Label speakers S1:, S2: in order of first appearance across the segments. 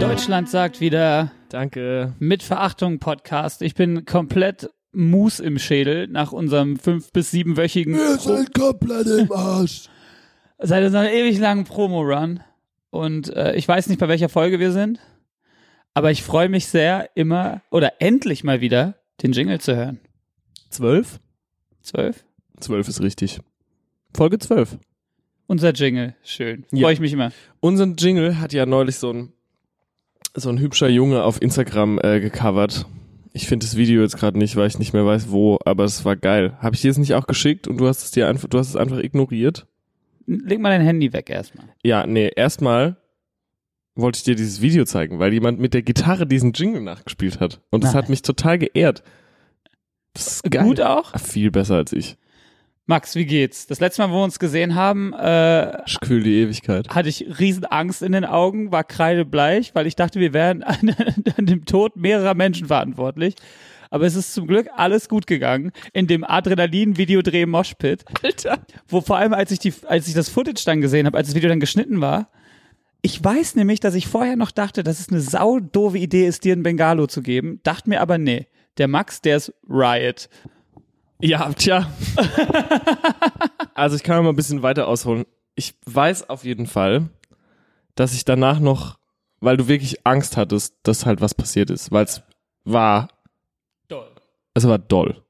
S1: Deutschland sagt wieder
S2: Danke.
S1: mit Verachtung Podcast. Ich bin komplett Mus im Schädel nach unserem fünf bis siebenwöchigen Pro
S2: komplett im Arsch.
S1: seit unserem ewig langen Promo Run und äh, ich weiß nicht bei welcher Folge wir sind, aber ich freue mich sehr immer oder endlich mal wieder den Jingle zu hören.
S2: Zwölf?
S1: Zwölf.
S2: Zwölf ist richtig. Folge zwölf.
S1: Unser Jingle, schön. Freue
S2: Ja.
S1: ich mich immer.
S2: Unser Jingle hat ja neulich so ein, so ein hübscher Junge auf Instagram äh, gecovert. Ich finde das Video jetzt gerade nicht, weil ich nicht mehr weiß wo, aber es war geil. Habe ich dir es nicht auch geschickt und du hast es dir einfach, du hast es einfach ignoriert?
S1: Leg mal dein Handy weg erstmal.
S2: Ja, nee, erstmal wollte ich dir dieses Video zeigen, weil jemand mit der Gitarre diesen Jingle nachgespielt hat. Und das
S1: Nein.
S2: hat mich total geehrt. Das ist geil.
S1: Gut auch.
S2: Ach, viel besser als ich.
S1: Max, wie geht's? Das letzte Mal, wo wir uns gesehen haben, äh,
S2: Schwül die Ewigkeit.
S1: hatte ich riesen Angst in den Augen, war kreidebleich, weil ich dachte, wir wären an, an dem Tod mehrerer Menschen verantwortlich. Aber es ist zum Glück alles gut gegangen in dem Adrenalin-Videodreh Moshpit,
S2: Alter.
S1: wo vor allem, als ich, die, als ich das Footage dann gesehen habe, als das Video dann geschnitten war, ich weiß nämlich, dass ich vorher noch dachte, dass es eine saudove Idee ist, dir einen Bengalo zu geben. Dachte mir aber, nee, der Max, der ist Riot.
S2: Ja, tja. also ich kann mal ein bisschen weiter ausholen. Ich weiß auf jeden Fall, dass ich danach noch, weil du wirklich Angst hattest, dass halt was passiert ist, weil es war
S1: Doll.
S2: Es war doll.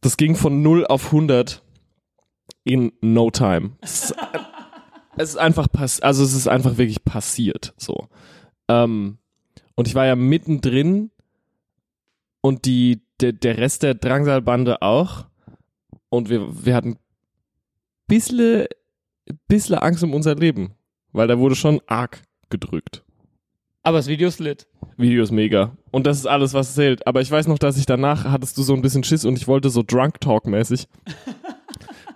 S2: Das ging von 0 auf 100 in no time. Es, ist- äh, es ist einfach pass also es ist einfach wirklich passiert so. Ähm, und ich war ja mittendrin und die der, der Rest der Drangsalbande auch und wir wir hatten bissle bissle Angst um unser Leben, weil da wurde schon arg gedrückt.
S1: Aber das Video ist lit.
S2: Video ist mega. Und das ist alles, was zählt. Aber ich weiß noch, dass ich danach hattest du so ein bisschen Schiss und ich wollte so Drunk Talk-mäßig.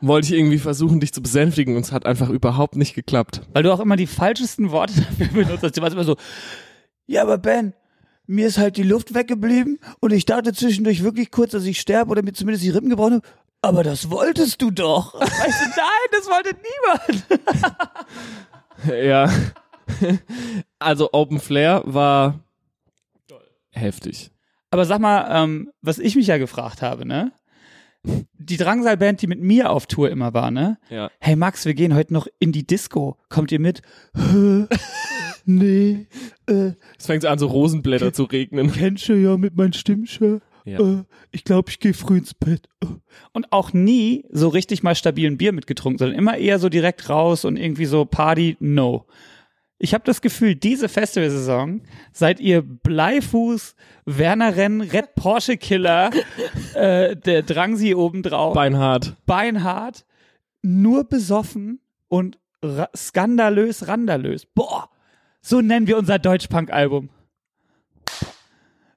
S2: wollte ich irgendwie versuchen, dich zu besänftigen und es hat einfach überhaupt nicht geklappt.
S1: Weil du auch immer die falschesten Worte dafür benutzt hast. Du warst immer so, ja, aber Ben, mir ist halt die Luft weggeblieben und ich dachte zwischendurch wirklich kurz, dass ich sterbe oder mir zumindest die Rippen gebrochen habe. Aber das wolltest du doch. Weißt du, nein, das wollte niemand.
S2: Ja. also Open Flair war heftig.
S1: Aber sag mal, ähm, was ich mich ja gefragt habe, ne? Die Drangsal-Band, die mit mir auf Tour immer war, ne?
S2: Ja.
S1: Hey Max, wir gehen heute noch in die Disco. Kommt ihr mit? Hä? nee, äh,
S2: Es fängt an, so Rosenblätter zu regnen.
S1: kennst du ja mit meinem Stimmchen.
S2: Ja.
S1: Äh, ich glaube, ich gehe früh ins Bett. Äh. Und auch nie so richtig mal stabilen Bier mitgetrunken, sondern immer eher so direkt raus und irgendwie so Party, no. Ich habe das Gefühl, diese Festivalsaison seid ihr Bleifuß, Werner Renn, Red Porsche Killer, äh, der Drangsi obendrauf,
S2: Beinhard.
S1: Beinhard, nur besoffen und ra skandalös, randalös. Boah, so nennen wir unser Deutschpunk-Album.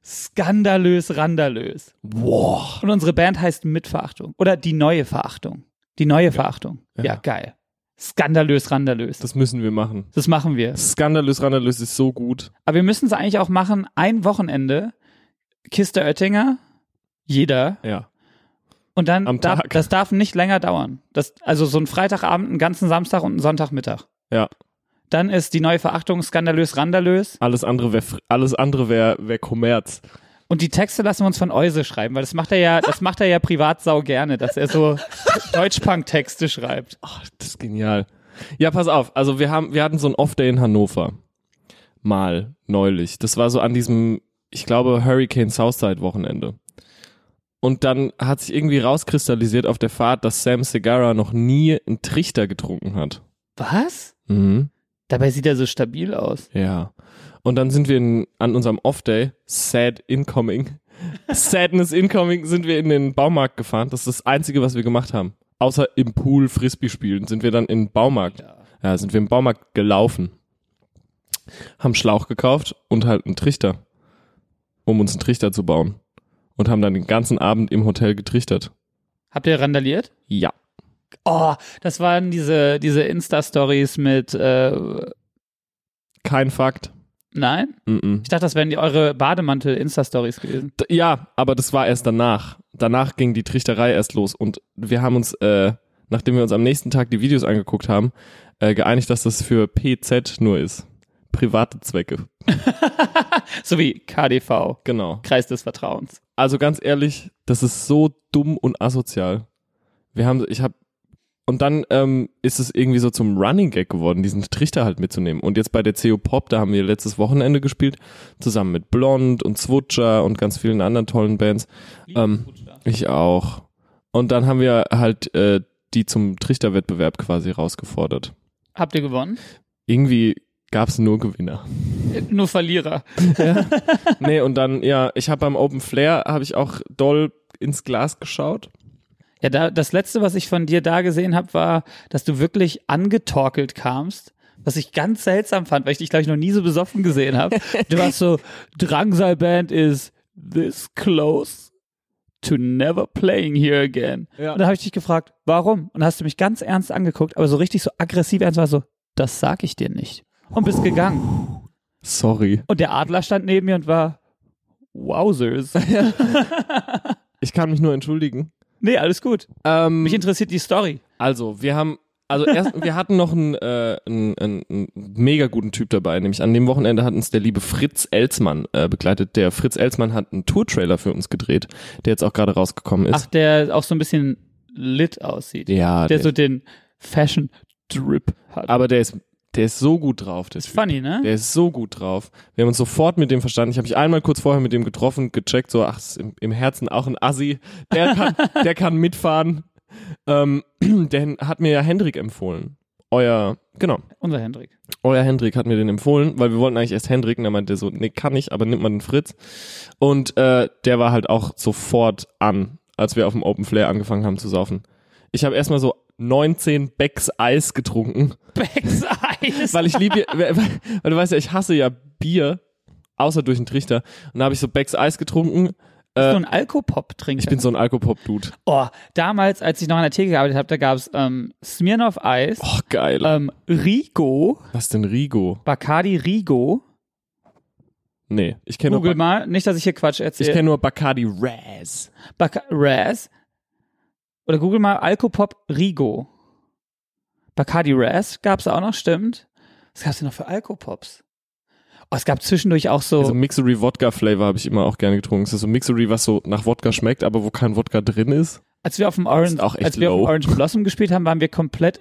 S1: Skandalös, randalös.
S2: Boah.
S1: Und unsere Band heißt Mitverachtung. Oder die neue Verachtung. Die neue Verachtung. Ja,
S2: Ja.
S1: geil. Skandalös, randalös. Das,
S2: Das müssen wir machen.
S1: machen wir.
S2: Skandalös Randalös ist so gut.
S1: Aber wir müssen es eigentlich auch machen, ein Wochenende. Kiste Oettinger, jeder.
S2: Ja.
S1: Und dann,
S2: Am
S1: darf,
S2: Tag.
S1: das darf nicht länger dauern. Das, also so ein Freitagabend, einen ganzen Samstag und einen Sonntagmittag.
S2: Ja.
S1: Dann ist die neue Verachtung skandalös, randalös.
S2: Alles andere wäre alles andere wäre wär Kommerz.
S1: Und die Texte lassen wir uns von Euse schreiben, weil das macht er ja, das macht er ja privat sau gerne, dass er so Deutschpunk-Texte schreibt.
S2: Ach, das ist genial. Ja, pass auf. Also wir haben, wir hatten so ein Off-Day in Hannover. Mal, neulich. Das war so an diesem, ich glaube, Hurricane Southside-Wochenende. Und dann hat sich irgendwie rauskristallisiert auf der Fahrt, dass Sam Segara noch nie einen Trichter getrunken hat.
S1: Was?
S2: Mhm.
S1: Dabei sieht er so stabil aus.
S2: Ja. Und dann sind wir in, an unserem Off-Day, Sad Incoming, Sadness Incoming, sind wir in den Baumarkt gefahren. Das ist das Einzige, was wir gemacht haben. Außer im Pool Frisbee spielen, sind wir dann in den Baumarkt. Ja, sind wir im Baumarkt gelaufen, haben Schlauch gekauft und halt einen Trichter, um uns einen Trichter zu bauen. Und haben dann den ganzen Abend im Hotel getrichtert.
S1: Habt ihr randaliert?
S2: Ja.
S1: Oh, das waren diese, diese Insta-Stories mit, äh,
S2: Kein Fakt.
S1: Nein?
S2: Mm-mm.
S1: Ich dachte, das wären die, eure Bademantel-Insta-Stories gewesen.
S2: D- Ja, aber das war erst danach. Danach ging die Trichterei erst los und wir haben uns, äh, nachdem wir uns am nächsten Tag die Videos angeguckt haben, äh, geeinigt, dass das für PZ nur ist. Private Zwecke.
S1: So wie KDV,
S2: Genau.
S1: Kreis des Vertrauens.
S2: Also ganz ehrlich, das ist so dumm und asozial. Wir haben, ich habe, und dann ähm, ist es irgendwie so zum Running Gag geworden, diesen Trichter halt mitzunehmen. Und jetzt bei der CO Pop, da haben wir letztes Wochenende gespielt, zusammen mit Blond und Zwutscher und ganz vielen anderen tollen Bands. Ähm, Ich auch. Und dann haben wir halt äh, die zum Trichterwettbewerb quasi rausgefordert.
S1: Habt ihr gewonnen?
S2: Irgendwie gab's nur Gewinner.
S1: Äh, Nur Verlierer.
S2: nee, und dann, ja, ich habe beim Open Flair, habe ich auch doll ins Glas geschaut.
S1: Ja, da, das letzte, was ich von dir da gesehen habe, war, dass du wirklich angetorkelt kamst. Was ich ganz seltsam fand, weil ich dich, glaube ich, noch nie so besoffen gesehen habe. Du warst so, Drangsalband is this close to never playing here again.
S2: Ja.
S1: Und da habe ich dich gefragt, warum? Und hast du mich ganz ernst angeguckt, aber so richtig so aggressiv ernst war so, das sag ich dir nicht. Und bist gegangen.
S2: Sorry.
S1: Und der Adler stand neben mir und war, wowsers.
S2: Ich kann mich nur entschuldigen.
S1: nee, alles gut.
S2: Ähm,
S1: Mich interessiert die Story.
S2: also, wir haben, also erst, wir hatten noch einen, äh, einen, einen, einen mega guten Typ dabei, nämlich an dem Wochenende hat uns der liebe Fritz Elsmann äh, begleitet. Der Fritz Elsmann hat einen Tour-Trailer für uns gedreht, der jetzt auch gerade rausgekommen
S1: Ach,
S2: ist.
S1: der auch so ein bisschen lit aussieht.
S2: ja,
S1: der so den Fashion Drip hat.
S2: aber der ist, der ist so gut drauf. Der
S1: ist
S2: ist
S1: funny, ne?
S2: Der ist so gut drauf. Wir haben uns sofort mit dem verstanden. Ich habe mich einmal kurz vorher mit dem getroffen, gecheckt, so, ach, ist im, im Herzen auch ein Assi. Der kann, der kann mitfahren. Ähm, den hat mir ja Hendrik empfohlen. Euer, genau,
S1: Unser Hendrik.
S2: euer Hendrik hat mir den empfohlen, weil wir wollten eigentlich erst Hendrik und dann meinte er so, nee, kann ich, aber nimmt man den Fritz. Und äh, der war halt auch sofort an, als wir auf dem Open Flair angefangen haben zu saufen. Ich habe erstmal so 19 Becks Eis getrunken
S1: Becks Eis.
S2: weil ich liebe, weil, weil du weißt ja, ich hasse ja Bier, außer durch den Trichter. Und da habe ich so Becks Eis getrunken.
S1: so ein Alkopop
S2: äh, Ich
S1: trinke.
S2: bin so ein Alkopop-Dude.
S1: oh, damals, als ich noch an der Theke gearbeitet habe, da gab's ähm, Smirnoff Eis,
S2: Oh, geil.
S1: ähm, Rigo,
S2: Was denn Rigo?
S1: Bacardi Rigo.
S2: Nee, ich kenne nur,
S1: Google
S2: Ba-
S1: mal, nicht, dass ich hier Quatsch
S2: ich
S1: erzähle.
S2: kenn nur Bacardi Raz.
S1: Bac Raz. Oder google mal Alkopop Rigo. Bacardi Raz gab's da auch noch, stimmt. Was gab's denn noch für Alkopops? Oh, es gab zwischendurch auch so.
S2: Also Mixery Wodka Flavor habe ich immer auch gerne getrunken. Es ist so Mixery, was so nach Wodka schmeckt, aber wo kein Wodka drin ist.
S1: Als wir auf dem Orange,
S2: Ist auch echt
S1: als wir auf dem
S2: low.
S1: Orange Blossom gespielt haben, waren wir komplett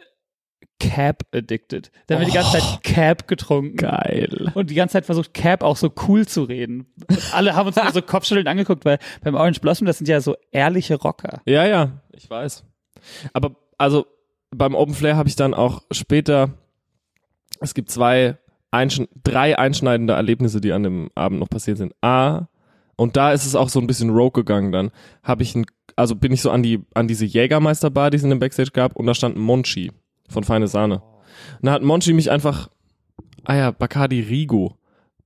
S1: Cap addicted. Da haben wir die ganze
S2: Oh.
S1: Zeit Cap getrunken.
S2: Geil.
S1: Und die ganze Zeit versucht, Cap auch so cool zu reden. Und alle haben uns immer so kopfschüttelnd angeguckt, weil beim Orange Blossom, das sind ja so ehrliche Rocker.
S2: Ja, ja, ich weiß. Aber also beim Open Flair habe ich dann auch später, es gibt zwei, einschn- drei einschneidende Erlebnisse, die an dem Abend noch passiert sind. A, und da ist es auch so ein bisschen rogue gegangen dann, habe ich, ein, also bin ich so an, die, an diese Jägermeister-Bar, die es in dem Backstage gab, und da stand Monchi von Feine Sahne. Und da hat Monchi mich einfach, ah ja, Bacardi Rigo,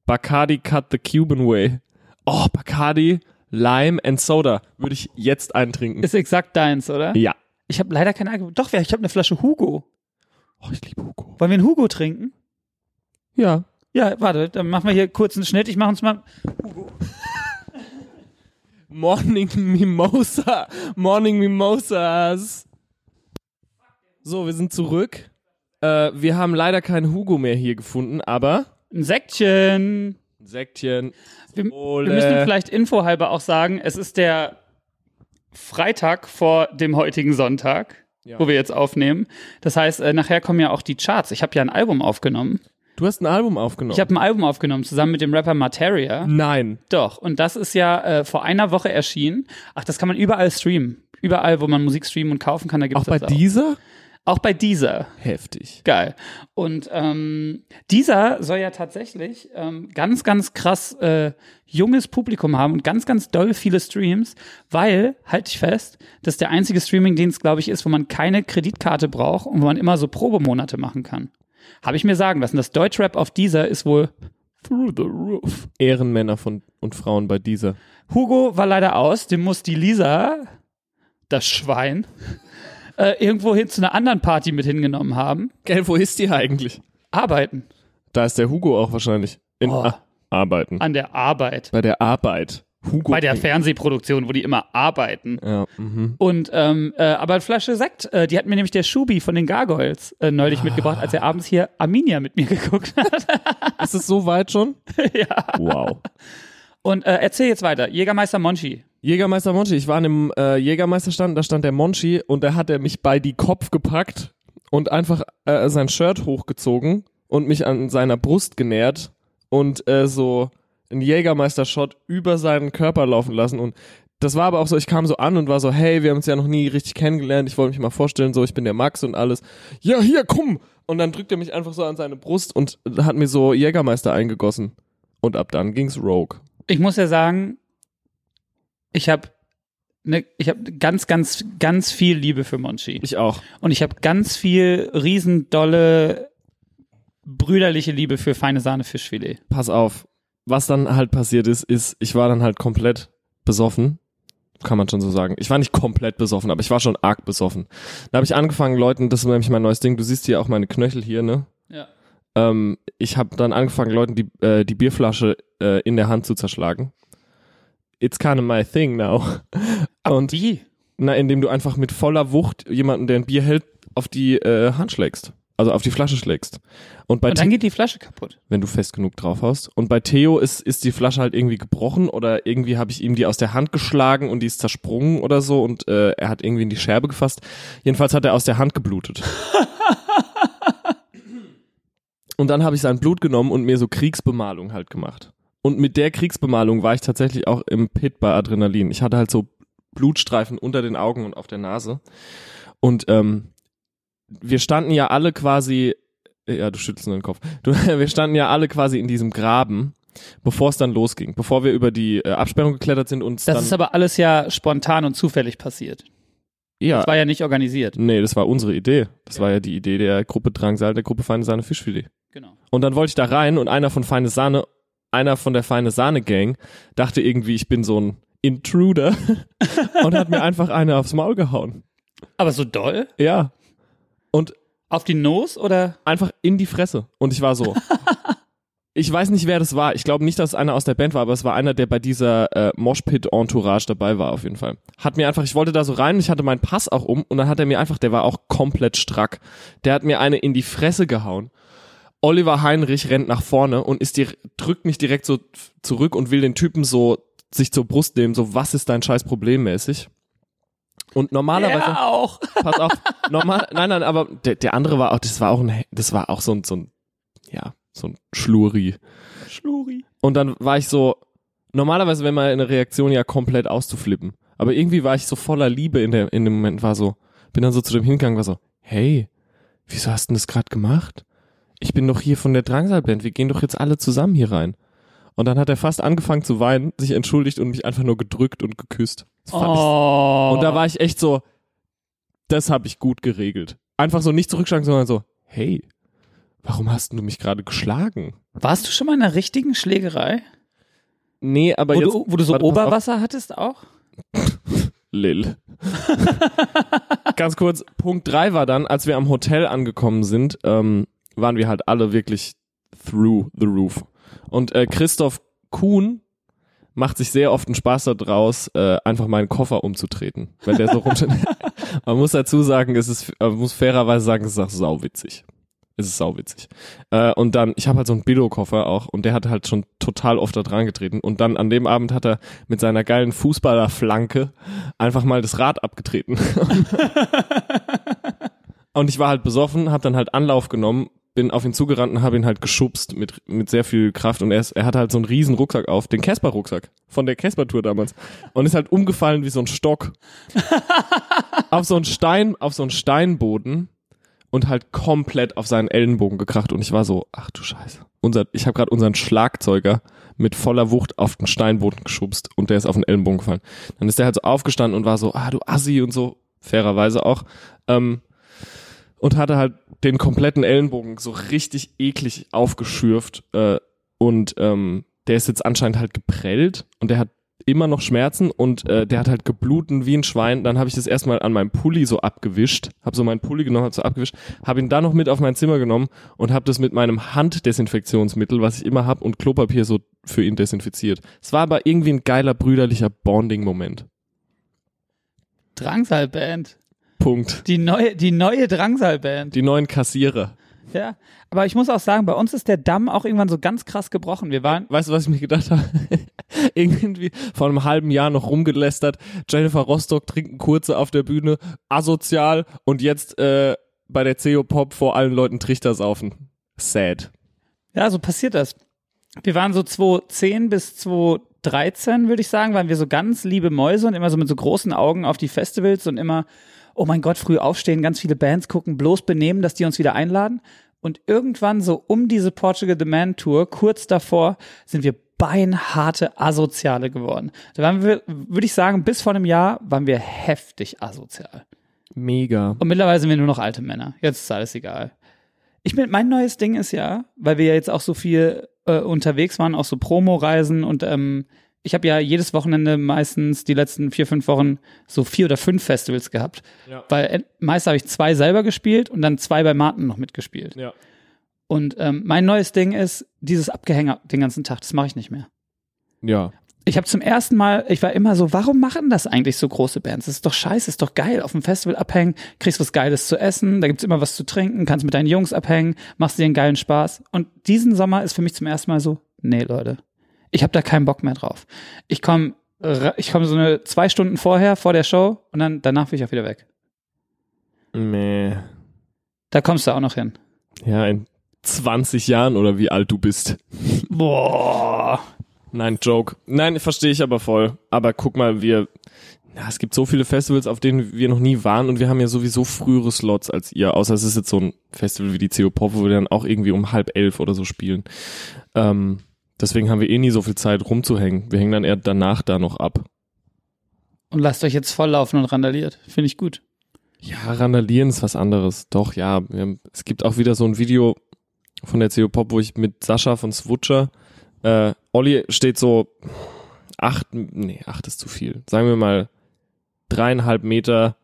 S2: Bacardi Cut the Cuban Way, oh, Bacardi Lime and Soda, würde ich jetzt eintrinken.
S1: Ist exakt deins, oder?
S2: Ja.
S1: Ich habe leider keine Alkohol. Doch, ich habe eine Flasche Hugo.
S2: Oh, ich liebe Hugo.
S1: Wollen wir einen Hugo trinken?
S2: Ja.
S1: Ja, warte, dann machen wir hier kurz einen Schnitt. Ich mache uns mal.
S2: Morning Mimosa. Morning Mimosas. So, wir sind zurück. Äh, wir haben leider keinen Hugo mehr hier gefunden, aber
S1: Ein Säckchen.
S2: ein Säckchen.
S1: Wir,
S2: Ole.
S1: wir müssen vielleicht infohalber auch sagen, es ist der Freitag vor dem heutigen Sonntag,
S2: Ja.
S1: wo wir jetzt aufnehmen. Das heißt, äh, nachher kommen ja auch die Charts. Ich habe ja ein Album aufgenommen.
S2: Du hast ein Album aufgenommen.
S1: Ich habe ein Album aufgenommen zusammen mit dem Rapper Materia.
S2: Nein.
S1: Doch, und das ist ja äh, vor einer Woche erschienen. Ach, das kann man überall streamen. Überall, wo man Musik streamen und kaufen kann, da gibt's
S2: Auch bei
S1: das
S2: dieser?
S1: Auch. auch bei dieser.
S2: Heftig.
S1: Geil. Und ähm, dieser soll ja tatsächlich ähm, ganz, ganz krass äh, junges Publikum haben und ganz, ganz doll viele Streams, weil, halte ich fest, das ist der einzige Streamingdienst, glaube ich, ist, wo man keine Kreditkarte braucht und wo man immer so Probemonate machen kann. Habe ich mir sagen lassen. Das Deutschrap auf dieser ist wohl through the roof.
S2: Ehrenmänner von und Frauen bei dieser.
S1: Hugo war leider aus, dem muss die Lisa, das Schwein, äh, irgendwo hin zu einer anderen Party mit hingenommen haben.
S2: Gell, wo ist die eigentlich?
S1: Arbeiten.
S2: Da ist der Hugo auch wahrscheinlich. In
S1: Oh.
S2: A- Arbeiten.
S1: An der Arbeit.
S2: Bei der Arbeit. Hugo.
S1: Bei der Fernsehproduktion, wo die immer arbeiten.
S2: ja, mhm.
S1: Und ähm, äh, aber eine Flasche Sekt, äh, die hat mir nämlich der Schubi von den Gargoyles äh, neulich mitgebracht, als er abends hier Arminia mit mir geguckt hat.
S2: Ist es so weit schon?
S1: ja.
S2: Wow.
S1: Und äh, erzähl jetzt weiter. Jägermeister Monchi.
S2: Jägermeister Monchi, ich war an dem äh, Jägermeisterstand, da stand der Monchi und da hat er mich bei die Kopf gepackt und einfach äh, sein Shirt hochgezogen und mich an seiner Brust genähert und äh, so einen Jägermeister-Shot über seinen Körper laufen lassen und das war aber auch so, ich kam so an und war so, hey, wir haben uns ja noch nie richtig kennengelernt, ich wollte mich mal vorstellen, so, ich bin der Max und alles. Ja, hier, komm! Und dann drückt er mich einfach so an seine Brust und hat mir so Jägermeister eingegossen. Und ab dann ging's Rogue.
S1: Ich muss ja sagen, ich habe ne, ich habe ganz, ganz, ganz viel Liebe für Monchi.
S2: Ich auch.
S1: Und ich habe ganz viel riesendolle brüderliche Liebe für feine Sahne Fischfilet.
S2: pass auf, was dann halt passiert ist, ist, ich war dann halt komplett besoffen. Kann man schon so sagen. Ich war nicht komplett besoffen, aber ich war schon arg besoffen. Da habe ich angefangen, Leuten, das ist nämlich mein neues Ding, du siehst hier auch meine Knöchel hier, ne?
S1: Ja.
S2: Ähm, ich habe dann angefangen, Leuten die, äh, die Bierflasche äh, in der Hand zu zerschlagen. It's kind of my thing now. Und
S1: Wie?
S2: na, indem du einfach mit voller Wucht jemanden, der ein Bier hält, auf die äh, Hand schlägst. Also auf die Flasche schlägst. Und bei
S1: Und dann geht die Flasche kaputt.
S2: wenn du fest genug draufhaust. Und bei Theo ist, ist die Flasche halt irgendwie gebrochen oder irgendwie habe ich ihm die aus der Hand geschlagen und die ist zersprungen oder so und äh, er hat irgendwie in die Scherbe gefasst. Jedenfalls hat er aus der Hand geblutet. und dann habe ich sein Blut genommen und mir so Kriegsbemalung halt gemacht. Und mit der Kriegsbemalung war ich tatsächlich auch im Pit bei Adrenalin. Ich hatte halt so Blutstreifen unter den Augen und auf der Nase. Und ähm, wir standen ja alle quasi ja, du schüttelst nur den Kopf. Du, wir standen ja alle quasi in diesem Graben, bevor es dann losging, bevor wir über die äh, Absperrung geklettert sind und
S1: Das
S2: dann
S1: ist aber alles ja spontan und zufällig passiert.
S2: ja,
S1: Das war ja nicht organisiert.
S2: nee, das war unsere Idee. Das war ja die Idee der Gruppe Drangsal, der Gruppe Feine Sahne Fischfilet.
S1: Genau.
S2: Und dann wollte ich da rein und einer von Feine Sahne, einer von der Feine Sahne Gang dachte irgendwie, ich bin so ein Intruder und hat mir einfach eine aufs Maul gehauen.
S1: Aber so doll?
S2: Ja. Und
S1: Auf die Nose oder?
S2: einfach in die Fresse. Und ich war so. Ich weiß nicht, wer das war. Ich glaube nicht, dass es einer aus der Band war, aber es war einer, der bei dieser äh, Moshpit-Entourage dabei war, auf jeden Fall. Hat mir einfach, ich wollte da so rein, ich hatte meinen Pass auch um und dann hat er mir einfach, der war auch komplett strack. Der hat mir eine in die Fresse gehauen. Oliver Heinrich rennt nach vorne und ist dir, drückt mich direkt so f- zurück und will den Typen so sich zur Brust nehmen, so was ist dein scheiß Problem mäßig. Und normalerweise
S1: Ja, auch.
S2: pass auf, normal, nein, nein, aber der, der andere war auch, das war auch ein, das war auch so ein, so ein, ja, so ein Schluri.
S1: Schluri.
S2: Und dann war ich so, normalerweise wäre meine Reaktion ja komplett auszuflippen. Aber irgendwie war ich so voller Liebe in, der, in dem Moment, war so, bin dann so zu dem hingegangen, war so, hey, wieso hast du denn das gerade gemacht? Ich bin doch hier von der Drangsalband, wir gehen doch jetzt alle zusammen hier rein. Und dann hat er fast angefangen zu weinen, sich entschuldigt und mich einfach nur gedrückt und geküsst. Das fand ich
S1: Oh.
S2: und da war ich echt so, das habe ich gut geregelt. Einfach so nicht zurückschlagen, sondern so, hey, warum hast denn du mich gerade geschlagen?
S1: Warst du schon mal in einer richtigen Schlägerei?
S2: Nee, aber
S1: Wo
S2: jetzt.
S1: du, wo du so
S2: Warte, pass auf.
S1: Oberwasser hattest auch?
S2: Lil. Ganz kurz, Punkt drei war dann, als wir am Hotel angekommen sind, ähm, waren wir halt alle wirklich through the roof. Und äh, Christoph Kuhn macht sich sehr oft einen Spaß daraus, äh, einfach meinen Koffer umzutreten, wenn der so rumsteht. Man muss dazu sagen, es ist, man muss fairerweise sagen, es ist auch sauwitzig. Es ist sauwitzig. Äh, und dann, ich habe halt so einen Billo-Koffer auch und der hat halt schon total oft da dran getreten. Und dann an dem Abend hat er mit seiner geilen Fußballerflanke einfach mal das Rad abgetreten. und ich war halt besoffen, habe dann halt Anlauf genommen, bin auf ihn zugerannt und habe ihn halt geschubst mit, mit sehr viel Kraft. Und er, ist, er hat halt so einen riesen Rucksack auf, den Casper-Rucksack von der Casper-Tour damals. Und ist halt umgefallen wie so ein Stock. auf so einen Stein, auf so einen Steinboden und halt komplett auf seinen Ellenbogen gekracht und ich war so, ach du Scheiße. Unser, ich habe gerade unseren Schlagzeuger mit voller Wucht auf den Steinboden geschubst und der ist auf den Ellenbogen gefallen. Dann ist der halt so aufgestanden und war so, ah du Assi und so, fairerweise auch, ähm, und hatte halt den kompletten Ellenbogen so richtig eklig aufgeschürft äh, und ähm, der ist jetzt anscheinend halt geprellt und der hat immer noch Schmerzen und äh, der hat halt gebluten wie ein Schwein. Dann habe ich das erstmal an meinem Pulli so abgewischt, habe so meinen Pulli genommen, habe so abgewischt, habe ihn dann noch mit auf mein Zimmer genommen und habe das mit meinem Handdesinfektionsmittel, was ich immer habe, und Klopapier so für ihn desinfiziert. Es war aber irgendwie ein geiler brüderlicher Bonding-Moment.
S1: Drangsalband.
S2: Punkt.
S1: Die neue, die neue Drangsalband.
S2: Die neuen Kassierer.
S1: Ja. Aber ich muss auch sagen, bei uns ist der Damm auch irgendwann so ganz krass gebrochen. Wir waren,
S2: Weißt du, was ich mir gedacht habe? Irgendwie vor einem halben Jahr noch rumgelästert. Jennifer Rostock trinken kurze auf der Bühne, asozial und jetzt äh, bei der CEO Pop vor allen Leuten Trichter saufen. Sad.
S1: ja, so passiert das. Wir waren so 2010 bis 2013, würde ich sagen, waren wir so ganz liebe Mäuse und immer so mit so großen Augen auf die Festivals und immer, oh mein Gott, früh aufstehen, ganz viele Bands gucken, bloß benehmen, dass die uns wieder einladen. Und irgendwann so um diese Portugal The Man Tour, kurz davor, sind wir beinharte Asoziale geworden. Da waren wir, würde ich sagen, bis vor einem Jahr waren wir heftig asozial.
S2: Mega.
S1: Und mittlerweile sind wir nur noch alte Männer. Jetzt ist alles egal. Ich bin, mein neues Ding ist ja, weil wir ja jetzt auch so viel äh, unterwegs waren, auch so Promo-Reisen und ähm, ich habe ja jedes Wochenende meistens die letzten vier, fünf Wochen so vier oder fünf Festivals gehabt.
S2: Ja.
S1: Weil äh, meist habe ich zwei selber gespielt und dann zwei bei Martin noch mitgespielt.
S2: Ja.
S1: Und ähm, mein neues Ding ist, dieses Abgehänger den ganzen Tag, das mache ich nicht mehr.
S2: Ja.
S1: Ich habe zum ersten Mal, ich war immer so, warum machen das eigentlich so große Bands? Das ist doch scheiße, ist doch geil. Auf dem Festival abhängen, kriegst was Geiles zu essen, da gibt's immer was zu trinken, kannst mit deinen Jungs abhängen, machst dir einen geilen Spaß. Und diesen Sommer ist für mich zum ersten Mal so, nee, Leute, ich habe da keinen Bock mehr drauf. Ich komme ich komm so eine zwei Stunden vorher, vor der Show und dann danach bin ich auch wieder weg.
S2: Meh.
S1: Da kommst du auch noch hin.
S2: Ja, in 20 Jahren oder wie alt du bist.
S1: Boah.
S2: Nein, Joke. Nein, verstehe ich aber voll. Aber guck mal, wir. Ja, es gibt so viele Festivals, auf denen wir noch nie waren und wir haben ja sowieso frühere Slots als ihr, außer es ist jetzt so ein Festival wie die CO Pop, wo wir dann auch irgendwie um halb elf oder so spielen. Ähm, deswegen haben wir eh nie so viel Zeit rumzuhängen. Wir hängen dann eher danach da noch ab.
S1: Und lasst euch jetzt volllaufen und randaliert. Finde ich gut.
S2: Ja, randalieren ist was anderes. Doch, ja. Wir haben, es gibt auch wieder so ein Video von der CO Pop, wo ich mit Sascha von Swutcher, äh, Olli steht so acht, nee, acht ist zu viel. Sagen wir mal dreieinhalb Meter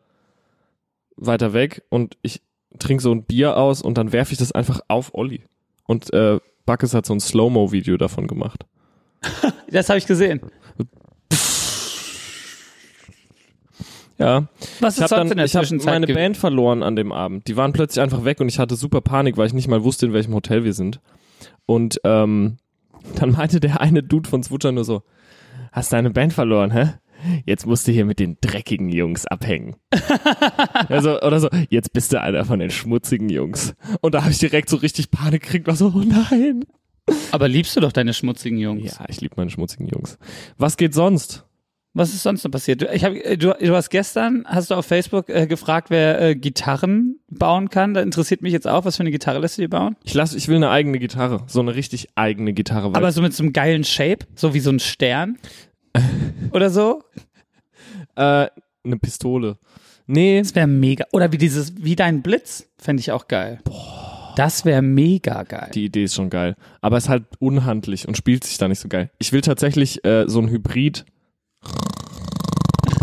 S2: weiter weg und ich trinke so ein Bier aus und dann werfe ich das einfach auf Olli. Und äh, Buckes hat so ein Slow-Mo-Video davon gemacht.
S1: Das habe ich gesehen.
S2: Ja,
S1: Was
S2: Ich
S1: ist
S2: habe
S1: sonst in
S2: dann
S1: der
S2: ich hab
S1: Zwischenzeit
S2: meine
S1: gewesen?
S2: Band verloren an dem Abend. Die waren plötzlich einfach weg und ich hatte super Panik, weil ich nicht mal wusste, in welchem Hotel wir sind. Und ähm, dann meinte der eine Dude von Switcher nur so, hast deine Band verloren, hä? Jetzt musst du hier mit den dreckigen Jungs abhängen. also, oder so, jetzt bist du einer von den schmutzigen Jungs. Und da habe ich direkt so richtig Panik gekriegt, war so, oh nein.
S1: Aber liebst du doch deine schmutzigen Jungs.
S2: Ja, ich liebe meine schmutzigen Jungs. Was geht sonst?
S1: Was ist sonst noch passiert? Du- Ich hab, äh, du, du hast gestern, hast du auf Facebook äh, gefragt, wer äh, Gitarren bauen kann. Da interessiert mich jetzt auch, was für eine Gitarre lässt du dir bauen?
S2: Ich lass, ich will eine eigene Gitarre, so eine richtig eigene Gitarre. weil-
S1: Aber so mit so einem geilen Shape, so wie so ein Stern oder so.
S2: Äh, eine Pistole. Nee,
S1: Das wäre mega. Oder wie dieses, wie dein Blitz, fände ich auch geil. Das wäre mega geil.
S2: die Idee ist schon geil. Aber ist halt unhandlich und spielt sich da nicht so geil. Ich will tatsächlich äh, so ein Hybrid.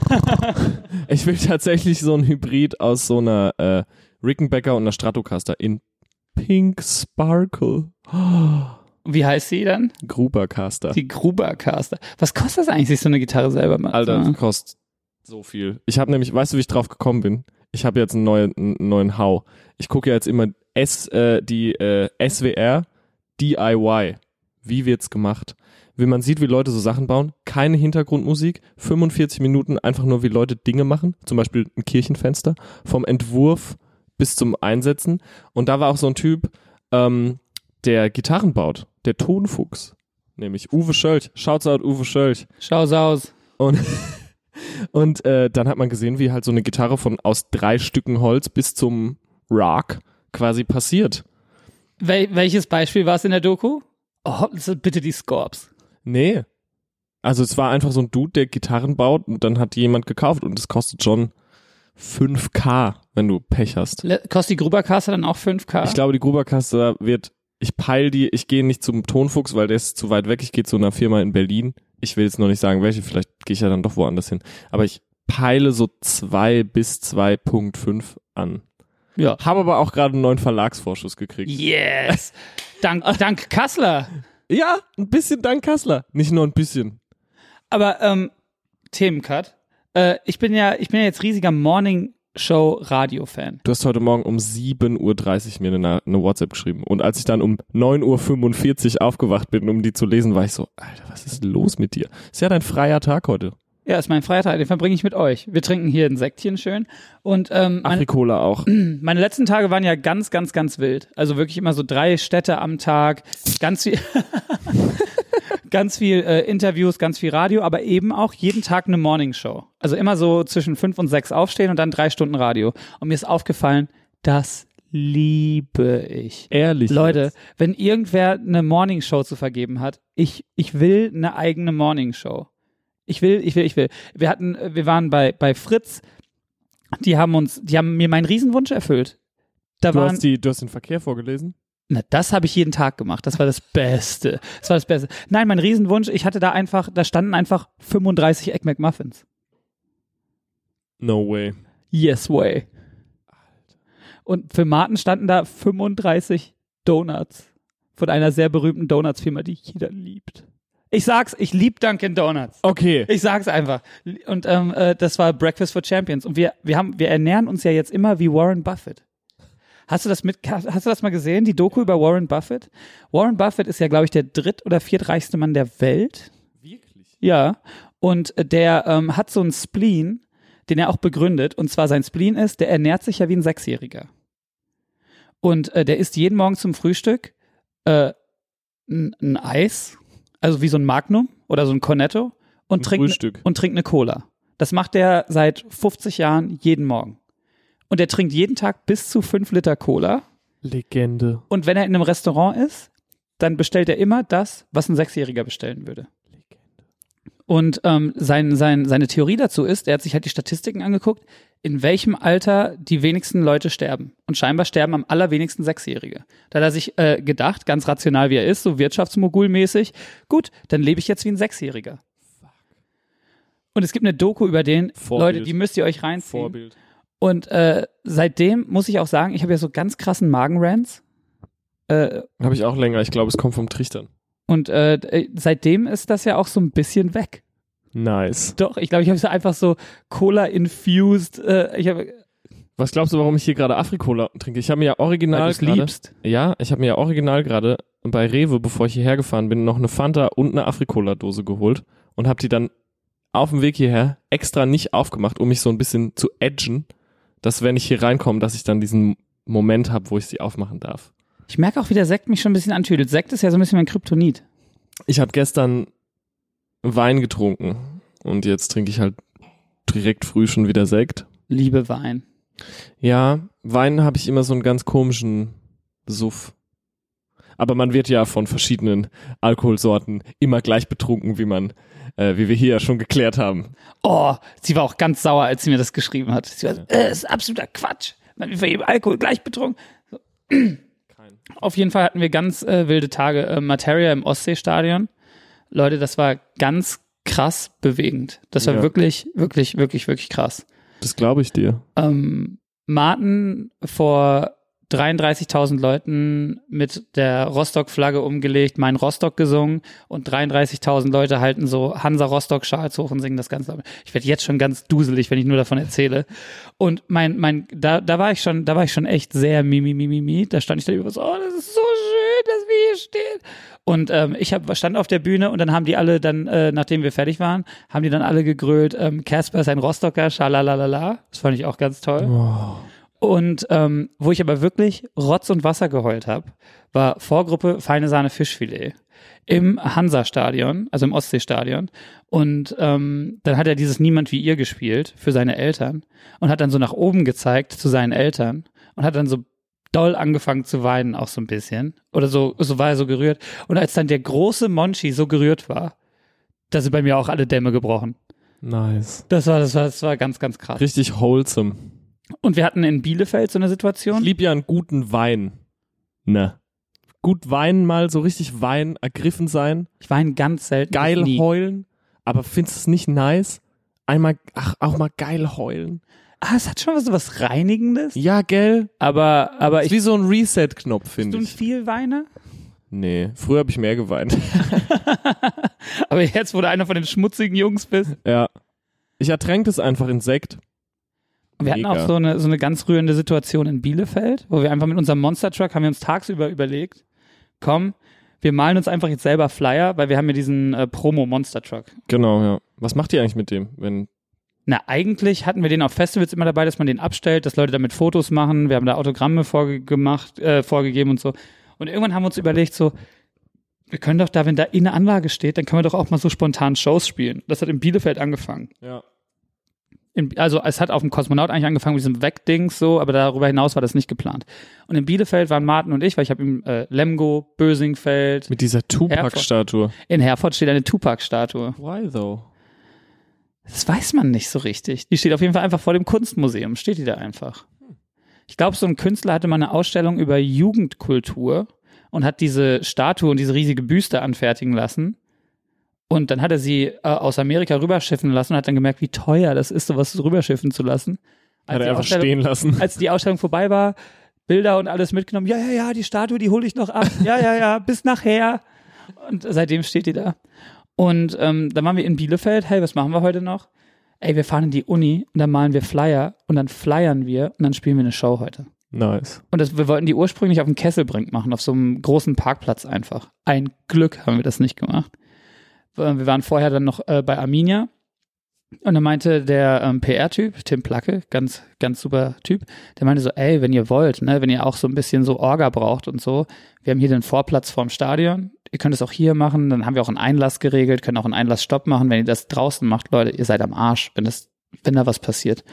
S2: ich will tatsächlich so ein Hybrid aus so einer äh, Rickenbacker und einer Stratocaster in Pink Sparkle.
S1: wie heißt sie dann?
S2: Grubercaster.
S1: Die Grubercaster. Was kostet das eigentlich, sich so eine Gitarre selber mal?
S2: Alter,
S1: zu
S2: das
S1: machen?
S2: kostet so viel. Ich habe nämlich, weißt du, wie ich drauf gekommen bin? Ich habe jetzt einen neuen, einen neuen Hau. Ich gucke ja jetzt immer S, äh, die äh, SWR DIY. Wie wird's gemacht? Wie man sieht, wie Leute so Sachen bauen. Keine Hintergrundmusik. 45 Minuten einfach nur, wie Leute Dinge machen. Zum Beispiel ein Kirchenfenster. Vom Entwurf bis zum Einsetzen. Und da war auch so ein Typ, ähm, der Gitarren baut. Der Tonfuchs. Nämlich Uwe Schölch. Shouts out Uwe Schölch.
S1: Schau's aus.
S2: Und, und äh, dann hat man gesehen, wie halt so eine Gitarre von aus drei Stücken Holz bis zum Rock quasi passiert.
S1: Wel welches Beispiel war es in der Doku? Oh, das sind bitte die Scorps.
S2: Nee. Also es war einfach so ein Dude, der Gitarren baut und dann hat die jemand gekauft und es kostet schon 5k, wenn du Pech hast.
S1: Le- Kostet die Grubercaster dann auch 5K?
S2: Ich glaube, die Gruberkasse wird, ich peil die, ich gehe nicht zum Tonfuchs, weil der ist zu weit weg, ich gehe zu einer Firma in Berlin. Ich will jetzt noch nicht sagen, welche, vielleicht gehe ich ja dann doch woanders hin. Aber ich peile so 2 bis 2.5 an.
S1: Ja.
S2: Habe aber auch gerade einen neuen Verlagsvorschuss gekriegt.
S1: Yes! Dank, dank Kassler.
S2: Ja, ein bisschen dank Kassler. Nicht nur ein bisschen.
S1: Aber ähm, Themencut. Äh, ich bin ja, ich bin ja jetzt riesiger Morning Show Radio Fan.
S2: Du hast heute Morgen um 7.30 Uhr mir eine, eine WhatsApp geschrieben. Und als ich dann um 9.45 Uhr aufgewacht bin, um die zu lesen, war ich so, Alter, was ist los mit dir? Ist ja dein freier Tag heute.
S1: Ja, ist mein Freitag, den verbringe ich mit euch. Wir trinken hier ein Sektchen schön. Und ähm, meine,
S2: Afrikola auch.
S1: meine letzten Tage waren ja ganz, ganz, ganz wild. Also wirklich immer so drei Städte am Tag, ganz viel, ganz viel äh, Interviews, ganz viel Radio, aber eben auch jeden Tag eine Morning Show. Also immer so zwischen fünf und sechs aufstehen und dann drei Stunden Radio. Und mir ist aufgefallen, das liebe ich.
S2: Ehrlich.
S1: Leute,
S2: jetzt.
S1: wenn irgendwer eine Morningshow zu vergeben hat, ich, ich will eine eigene Morningshow. Ich will, ich will, ich will. Wir hatten, äh, wir waren bei, bei Fritz, die haben uns, die haben mir meinen Riesenwunsch erfüllt. Da
S2: Du
S1: waren,
S2: hast, die, du hast den Verkehr vorgelesen?
S1: na, das habe ich jeden Tag gemacht. Das war das Beste. Das war das Beste. Nein, mein Riesenwunsch, ich hatte da einfach, da standen einfach 35 Egg McMuffins.
S2: No way.
S1: Yes way. Und für Martin standen da 35 Donuts von einer sehr berühmten Donuts-Firma, die jeder liebt. Ich sag's, ich lieb Dunkin' Donuts.
S2: Okay.
S1: Ich sag's einfach. Und ähm, äh, das war Breakfast for Champions. Und wir, wir haben, wir ernähren uns ja jetzt immer wie Warren Buffett. Hast du das mit, hast du das mal gesehen? Die Doku über Warren Buffett? Warren Buffett ist ja, glaube ich, der dritt- oder viertreichste Mann der Welt.
S2: Wirklich?
S1: Ja. Und äh, der ähm, hat so einen Spleen, den er auch begründet. Und zwar sein Spleen ist, der ernährt sich ja wie ein Sechsjähriger. Und äh, der isst jeden Morgen zum Frühstück äh, ein, ein Eis, also wie so ein Magnum oder so ein Cornetto und
S2: Ein
S1: trinkt ne
S2: Frühstück.
S1: und trinkt eine Cola. Das macht er seit 50 Jahren jeden Morgen. Und er trinkt jeden Tag bis zu 5 Liter Cola.
S2: Legende.
S1: Und wenn er in einem Restaurant ist, dann bestellt er immer das, was ein Sechsjähriger bestellen würde. Und ähm, sein, sein, seine Theorie dazu ist, er hat sich halt die Statistiken angeguckt, in welchem Alter die wenigsten Leute sterben. Und scheinbar sterben am allerwenigsten Sechsjährige. Da hat er sich äh, gedacht, ganz rational wie er ist, so Wirtschaftsmogul-mäßig, gut, dann lebe ich jetzt wie ein Sechsjähriger. Und es gibt eine Doku über den,
S2: Vorbild.
S1: Leute, die müsst ihr euch reinziehen.
S2: Vorbild.
S1: Und äh, seitdem muss ich auch sagen, ich habe ja so ganz krassen Magenrants. Äh,
S2: Habe ich auch länger. Ich glaube, es kommt vom Trichtern.
S1: und äh, seitdem ist das ja auch so ein bisschen weg.
S2: Nice.
S1: Doch, ich glaube, ich habe so einfach so Cola-infused. Äh, ich habe
S2: Was glaubst du, warum ich hier gerade Afrikola trinke? Ich habe mir ja original
S1: du's
S2: gerade.
S1: äh, liebst.
S2: Ja, ich habe mir ja original gerade bei Rewe, bevor ich hierher gefahren bin, noch eine Fanta und eine Afrikola-Dose geholt und habe die dann auf dem Weg hierher extra nicht aufgemacht, um mich so ein bisschen zu edgen, dass wenn ich hier reinkomme, dass ich dann diesen Moment habe, wo ich sie aufmachen darf.
S1: Ich merke auch, wie der Sekt mich schon ein bisschen antüdelt. Sekt ist ja so ein bisschen mein Kryptonit.
S2: Ich habe gestern Wein getrunken und jetzt trinke ich halt direkt früh schon wieder Sekt.
S1: Liebe Wein.
S2: Ja, Wein habe ich immer so einen ganz komischen Suff. Aber man wird ja von verschiedenen Alkoholsorten immer gleich betrunken, wie man, äh, wie wir hier ja schon geklärt haben.
S1: Oh, sie war auch ganz sauer, als sie mir das geschrieben hat. Sie war, so, äh, das ist absoluter Quatsch. Man wird bei jedem Alkohol gleich betrunken. Auf jeden Fall hatten wir ganz äh, wilde Tage äh, Materia im Ostseestadion. Leute, das war ganz krass bewegend. Das war
S2: Ja.
S1: wirklich, wirklich, wirklich, wirklich krass.
S2: Das glaube ich dir.
S1: Ähm, Martin vor 33.000 Leuten mit der Rostock-Flagge umgelegt, mein Rostock gesungen und 33.000 Leute halten so Hansa Rostock-Schals hoch und singen das Ganze. Ich werde jetzt schon ganz duselig, wenn ich nur davon erzähle. Und mein, mein, da, da war ich schon, da war ich schon echt sehr mimi, mimi, mimi. Da stand ich da über so, oh, das ist so schön, dass wir hier stehen. Und ähm, ich hab, stand auf der Bühne und dann haben die alle dann, äh, nachdem wir fertig waren, haben die dann alle gegrölt, ähm, Casper ist ein Rostocker, schalalalala. Das fand ich auch ganz toll. Und ähm, wo ich aber wirklich Rotz und Wasser geheult habe, war Vorgruppe Feine Sahne Fischfilet im Hansa-Stadion, also im Ostseestadion. Und ähm, dann hat er dieses Niemand wie ihr gespielt für seine Eltern und hat dann so nach oben gezeigt zu seinen Eltern und hat dann so doll angefangen zu weinen, auch so ein bisschen. Oder so, so war er so gerührt. Und als dann der große Monchi so gerührt war, da sind bei mir auch alle Dämme gebrochen.
S2: Nice.
S1: Das war, das war, das war ganz, ganz krass.
S2: Richtig wholesome.
S1: Und wir hatten in Bielefeld so eine
S2: Ich
S1: Situation.
S2: liebe ja einen guten Wein. Ne. Gut weinen mal, so richtig Wein, ergriffen sein,
S1: Ich weine ganz selten. bis
S2: geil
S1: nie.
S2: heulen, Aber findest du es nicht nice? Einmal, ach, auch mal geil heulen.
S1: Ah, es hat schon was, was Reinigendes.
S2: Ja, gell?
S1: Aber, aber
S2: Ist
S1: ich.
S2: wie so ein Reset-Knopf,
S1: Bist
S2: finde
S1: du ein
S2: ich.
S1: Vielweiner?
S2: Nee, früher habe ich mehr geweint.
S1: Aber jetzt, wo du einer von den schmutzigen Jungs bist.
S2: ja. Ich ertränke das einfach in Sekt.
S1: Wir hatten
S2: Mega.
S1: auch so eine, so eine ganz rührende Situation in Bielefeld, wo wir einfach mit unserem Monster Truck haben wir uns tagsüber überlegt, komm, wir malen uns einfach jetzt selber Flyer, weil wir haben ja diesen äh, Promo Monster Truck.
S2: Genau, ja. Was macht ihr eigentlich mit dem, wenn
S1: Na, eigentlich hatten wir den auf Festivals immer dabei, dass man den abstellt, dass Leute damit Fotos machen. Wir haben da Autogramme vorgemacht, äh, vorgegeben und so. Und irgendwann haben wir uns überlegt, so, wir können doch da, wenn da eh eine Anlage steht, dann können wir doch auch mal so spontan Shows spielen. Das hat in Bielefeld angefangen.
S2: ja.
S1: In, also es hat auf dem Kosmonaut eigentlich angefangen mit diesem Wegdings so, aber darüber hinaus war das nicht geplant. Und in Bielefeld waren Martin und ich, weil ich habe im äh, Lemgo, Bösingfeld,
S2: mit dieser Tupac-Statue?
S1: in Herford steht eine Tupac-Statue.
S2: Why though?
S1: Das weiß man nicht so richtig. Die steht auf jeden Fall einfach vor dem Kunstmuseum, steht die da einfach. Ich glaube, so ein Künstler hatte mal eine Ausstellung über Jugendkultur und hat diese Statue und diese riesige Büste anfertigen lassen. Und dann hat er sie äh, aus Amerika rüberschiffen lassen und hat dann gemerkt, wie teuer das ist, sowas rüberschiffen zu lassen. Als
S2: Hat
S1: die
S2: er einfach
S1: Ausstellung-
S2: stehen lassen.
S1: als die Ausstellung vorbei war, Bilder und alles mitgenommen. Ja, ja, ja, die Statue, die hole ich noch ab. Ja, ja, ja, bis nachher. Und seitdem steht die da. Und ähm, dann waren wir in Bielefeld. Hey, was machen wir heute noch? Ey, wir fahren in die Uni und dann malen wir Flyer und dann flyern wir und dann spielen wir eine Show heute.
S2: Nice.
S1: Und das, wir wollten die ursprünglich auf dem Kesselbrink machen, auf so einem großen Parkplatz einfach. Ein Glück haben wir das nicht gemacht. Äh, Wir waren vorher dann noch äh, bei Arminia. Und dann meinte der ähm, PR-Typ, Tim Placke, ganz, ganz super Typ, der meinte so, ey, wenn ihr wollt, ne, wenn ihr auch so ein bisschen so Orga braucht und so, wir haben hier den Vorplatz vorm Stadion, ihr könnt es auch hier machen, dann haben wir auch einen Einlass geregelt, können auch einen Einlassstopp machen, wenn ihr das draußen macht, Leute, ihr seid am Arsch, wenn das, wenn da was passiert.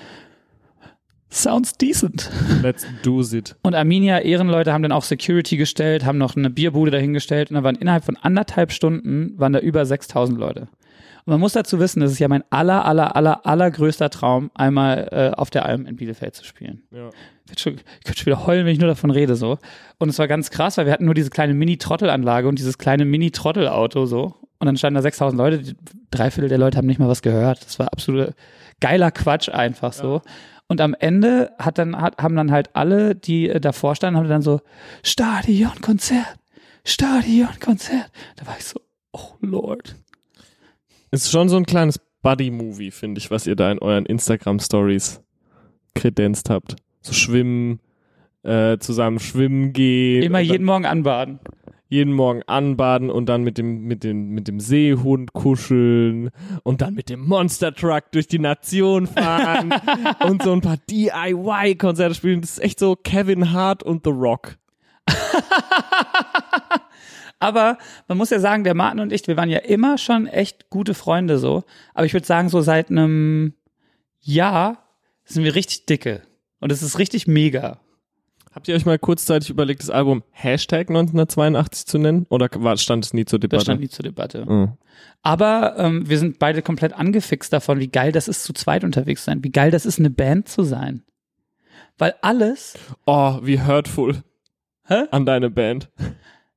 S1: Sounds decent.
S2: Let's do it.
S1: Und Arminia Ehrenleute haben dann auch Security gestellt, haben noch eine Bierbude dahingestellt und da waren innerhalb von anderthalb Stunden waren da über 6000 Leute. Und man muss dazu wissen, das ist ja mein aller aller aller allergrößter Traum, einmal äh, auf der Alm in Bielefeld zu spielen.
S2: Ja.
S1: Ich könnte schon, ich könnte schon wieder heulen, wenn ich nur davon rede so. Und es war ganz krass, weil wir hatten nur diese kleine Mini-Trottelanlage und dieses kleine Mini-Trottelauto so. Und dann standen da 6000 Leute, die, drei Viertel der Leute haben nicht mal was gehört. Das war absolute geiler Quatsch einfach so. Und am Ende hat dann, hat, haben dann halt alle, die äh, davor standen, haben dann so Stadionkonzert, Stadionkonzert. Da war ich so, oh Lord.
S2: Ist schon so ein kleines Buddy-Movie, finde ich, was ihr da in euren Instagram-Stories kredenzt habt. So schwimmen, äh, zusammen schwimmen gehen.
S1: Immer
S2: und dann
S1: jeden Morgen anbaden.
S2: jeden Morgen anbaden und dann mit dem, mit dem, mit dem Seehund kuscheln und dann mit dem Monster Truck durch die Nation fahren und so ein paar DIY-Konzerte spielen. Das ist echt so Kevin Hart und The Rock.
S1: Aber man muss ja sagen, der Martin und ich, wir waren ja immer schon echt gute Freunde so. Aber ich würde sagen, so seit einem Jahr sind wir richtig dicke. Und es ist richtig mega.
S2: Habt ihr euch mal kurzzeitig überlegt, das Album Hashtag 1982 zu nennen? Oder war, stand es nie zur Debatte?
S1: Das stand nie zur Debatte.
S2: Mhm.
S1: Aber ähm, wir sind beide komplett angefixt davon, wie geil das ist, zu zweit unterwegs zu sein. Wie geil das ist, eine Band zu sein. Weil alles,
S2: Oh, wie hurtful.
S1: Hä?
S2: An deine Band.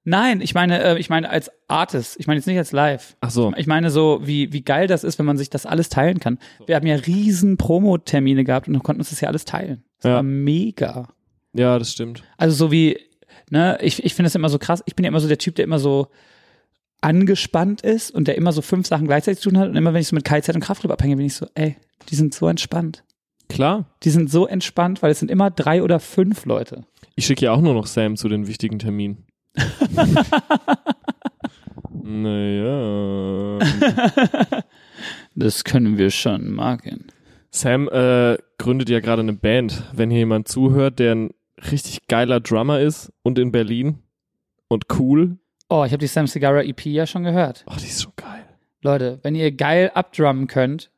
S1: nein, ich meine, äh, ich meine als Artist, ich meine jetzt nicht als Live.
S2: Ach so.
S1: Ich meine so, wie, wie geil das ist, wenn man sich das alles teilen kann. Wir haben ja riesen Promo-Termine gehabt und konnten uns das ja alles teilen. Das
S2: Ja.
S1: war mega.
S2: Ja, das stimmt.
S1: Also so wie, ne, ich, ich finde das immer so krass. Ich bin ja immer so der Typ, der immer so angespannt ist und der immer so fünf Sachen gleichzeitig zu tun hat. Und immer wenn ich so mit KZ und Kraftclub abhänge, bin ich so, ey, die sind so entspannt.
S2: Klar.
S1: Die sind so entspannt, weil es sind immer drei oder fünf Leute.
S2: Ich schicke ja auch nur noch Sam zu den wichtigen Terminen. naja.
S1: Das können wir schon machen.
S2: Sam äh, gründet ja gerade eine Band. Wenn hier jemand zuhört, der ein richtig geiler Drummer ist und in Berlin und cool.
S1: Oh, ich habe die Sam Cigarra EP ja schon gehört.
S2: Oh, die ist so geil.
S1: Leute, wenn ihr geil abdrummen könnt.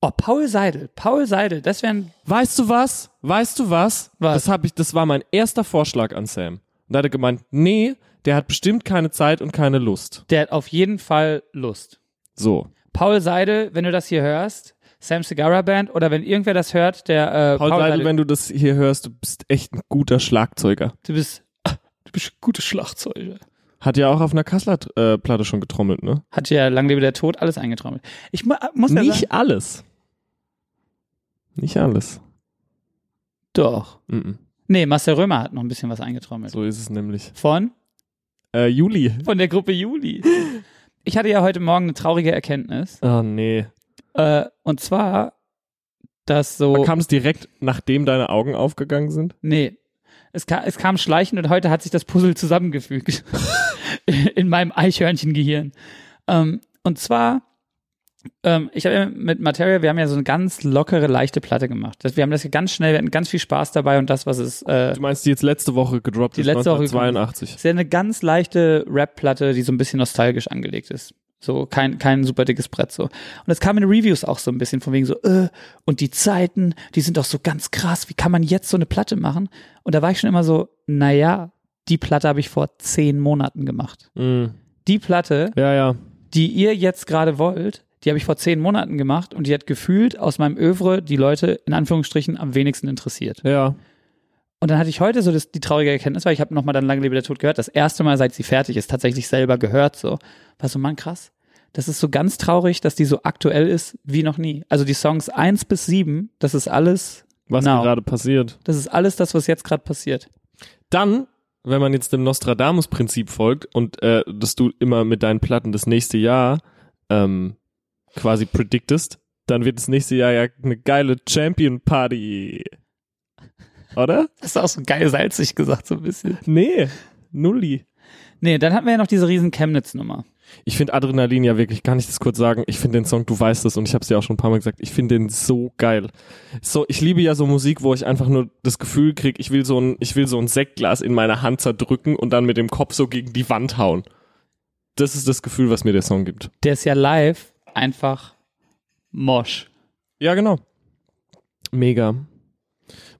S1: Oh, Paul Seidel. Paul Seidel, das wären.
S2: Weißt du was? Weißt du was?
S1: Was?
S2: Das hab ich, das war mein erster Vorschlag an Sam. Und da hat er gemeint, nee, der hat bestimmt keine Zeit und keine Lust.
S1: Der hat auf jeden Fall Lust.
S2: So.
S1: Paul Seidel, wenn du das hier hörst, Sam Cigarra Band oder wenn irgendwer das hört, der äh,
S2: Paul, Seidel, wenn du das hier hörst, du bist echt ein guter Schlagzeuger.
S1: du bist, du bist ein guter Schlagzeuger.
S2: Hat ja auch auf einer Kasseler äh, Platte schon getrommelt, ne?
S1: Hat ja lang lebe der Tod alles eingetrommelt. Ich mu äh, muss ja sagen,
S2: Nicht alles. Nicht alles.
S1: doch.
S2: Mhm.
S1: Nee, Marcel Römer hat noch ein bisschen was eingetrommelt.
S2: So ist es nämlich.
S1: Von?
S2: Äh, Juli.
S1: Von der Gruppe Juli. Ich hatte ja heute Morgen eine traurige Erkenntnis.
S2: Ah, nee.
S1: Äh, und zwar, dass so.
S2: Kam es direkt, nachdem deine Augen aufgegangen sind?
S1: Nee. Es, ka es kam schleichend und heute hat sich das Puzzle zusammengefügt. In meinem Eichhörnchengehirn. Ähm, und zwar, ähm, ich habe ja mit Materia, wir haben ja so eine ganz lockere, leichte Platte gemacht. Das, wir haben das ja ganz schnell, wir hatten ganz viel Spaß dabei und das, was es. Äh,
S2: Du meinst, die jetzt letzte Woche gedroppt
S1: Die
S2: ist,
S1: letzte Woche
S2: 1982.
S1: ist ja eine ganz leichte Rap-Platte, die so ein bisschen nostalgisch angelegt ist. So, kein, kein super dickes Brett so. Und das kam in den Reviews auch so ein bisschen von wegen so, äh, und die Zeiten, die sind doch so ganz krass, wie kann man jetzt so eine Platte machen? Und da war ich schon immer so, naja, die Platte habe ich vor zehn Monaten gemacht.
S2: Mhm.
S1: Die Platte,
S2: Ja, ja.
S1: die ihr jetzt gerade wollt, die habe ich vor zehn Monaten gemacht und die hat gefühlt aus meinem Övre die Leute in Anführungsstrichen am wenigsten interessiert.
S2: Ja.
S1: Und dann hatte ich heute so das, die traurige Erkenntnis, weil ich habe nochmal dann Lange Lebe der Tod gehört, das erste Mal, seit sie fertig ist, tatsächlich selber gehört so. War so, Mann, krass. Das ist so ganz traurig, dass die so aktuell ist wie noch nie. Also die Songs 1 bis 7, das ist alles,
S2: Was
S1: Now.
S2: gerade passiert.
S1: das ist alles das, was jetzt gerade passiert.
S2: Dann, wenn man jetzt dem Nostradamus-Prinzip folgt und äh, dass du immer mit deinen Platten das nächste Jahr ähm, quasi predictest, dann wird das nächste Jahr ja eine geile Champion-Party. Oder?
S1: Das ist auch so geil salzig gesagt, so ein bisschen.
S2: Nee, nulli.
S1: Nee, dann hatten wir ja noch diese riesen Chemnitz-Nummer.
S2: Ich finde Adrenalin ja wirklich, kann ich das kurz sagen, ich finde den Song, du weißt es und ich habe es dir auch schon ein paar Mal gesagt, ich finde den so geil. So, ich liebe ja so Musik, wo ich einfach nur das Gefühl kriege, ich will so ein, ich will so ein Sektglas in meiner Hand zerdrücken und dann mit dem Kopf so gegen die Wand hauen. Das ist das Gefühl, was mir der Song gibt.
S1: Der ist ja live einfach Mosch.
S2: Ja, genau. Mega.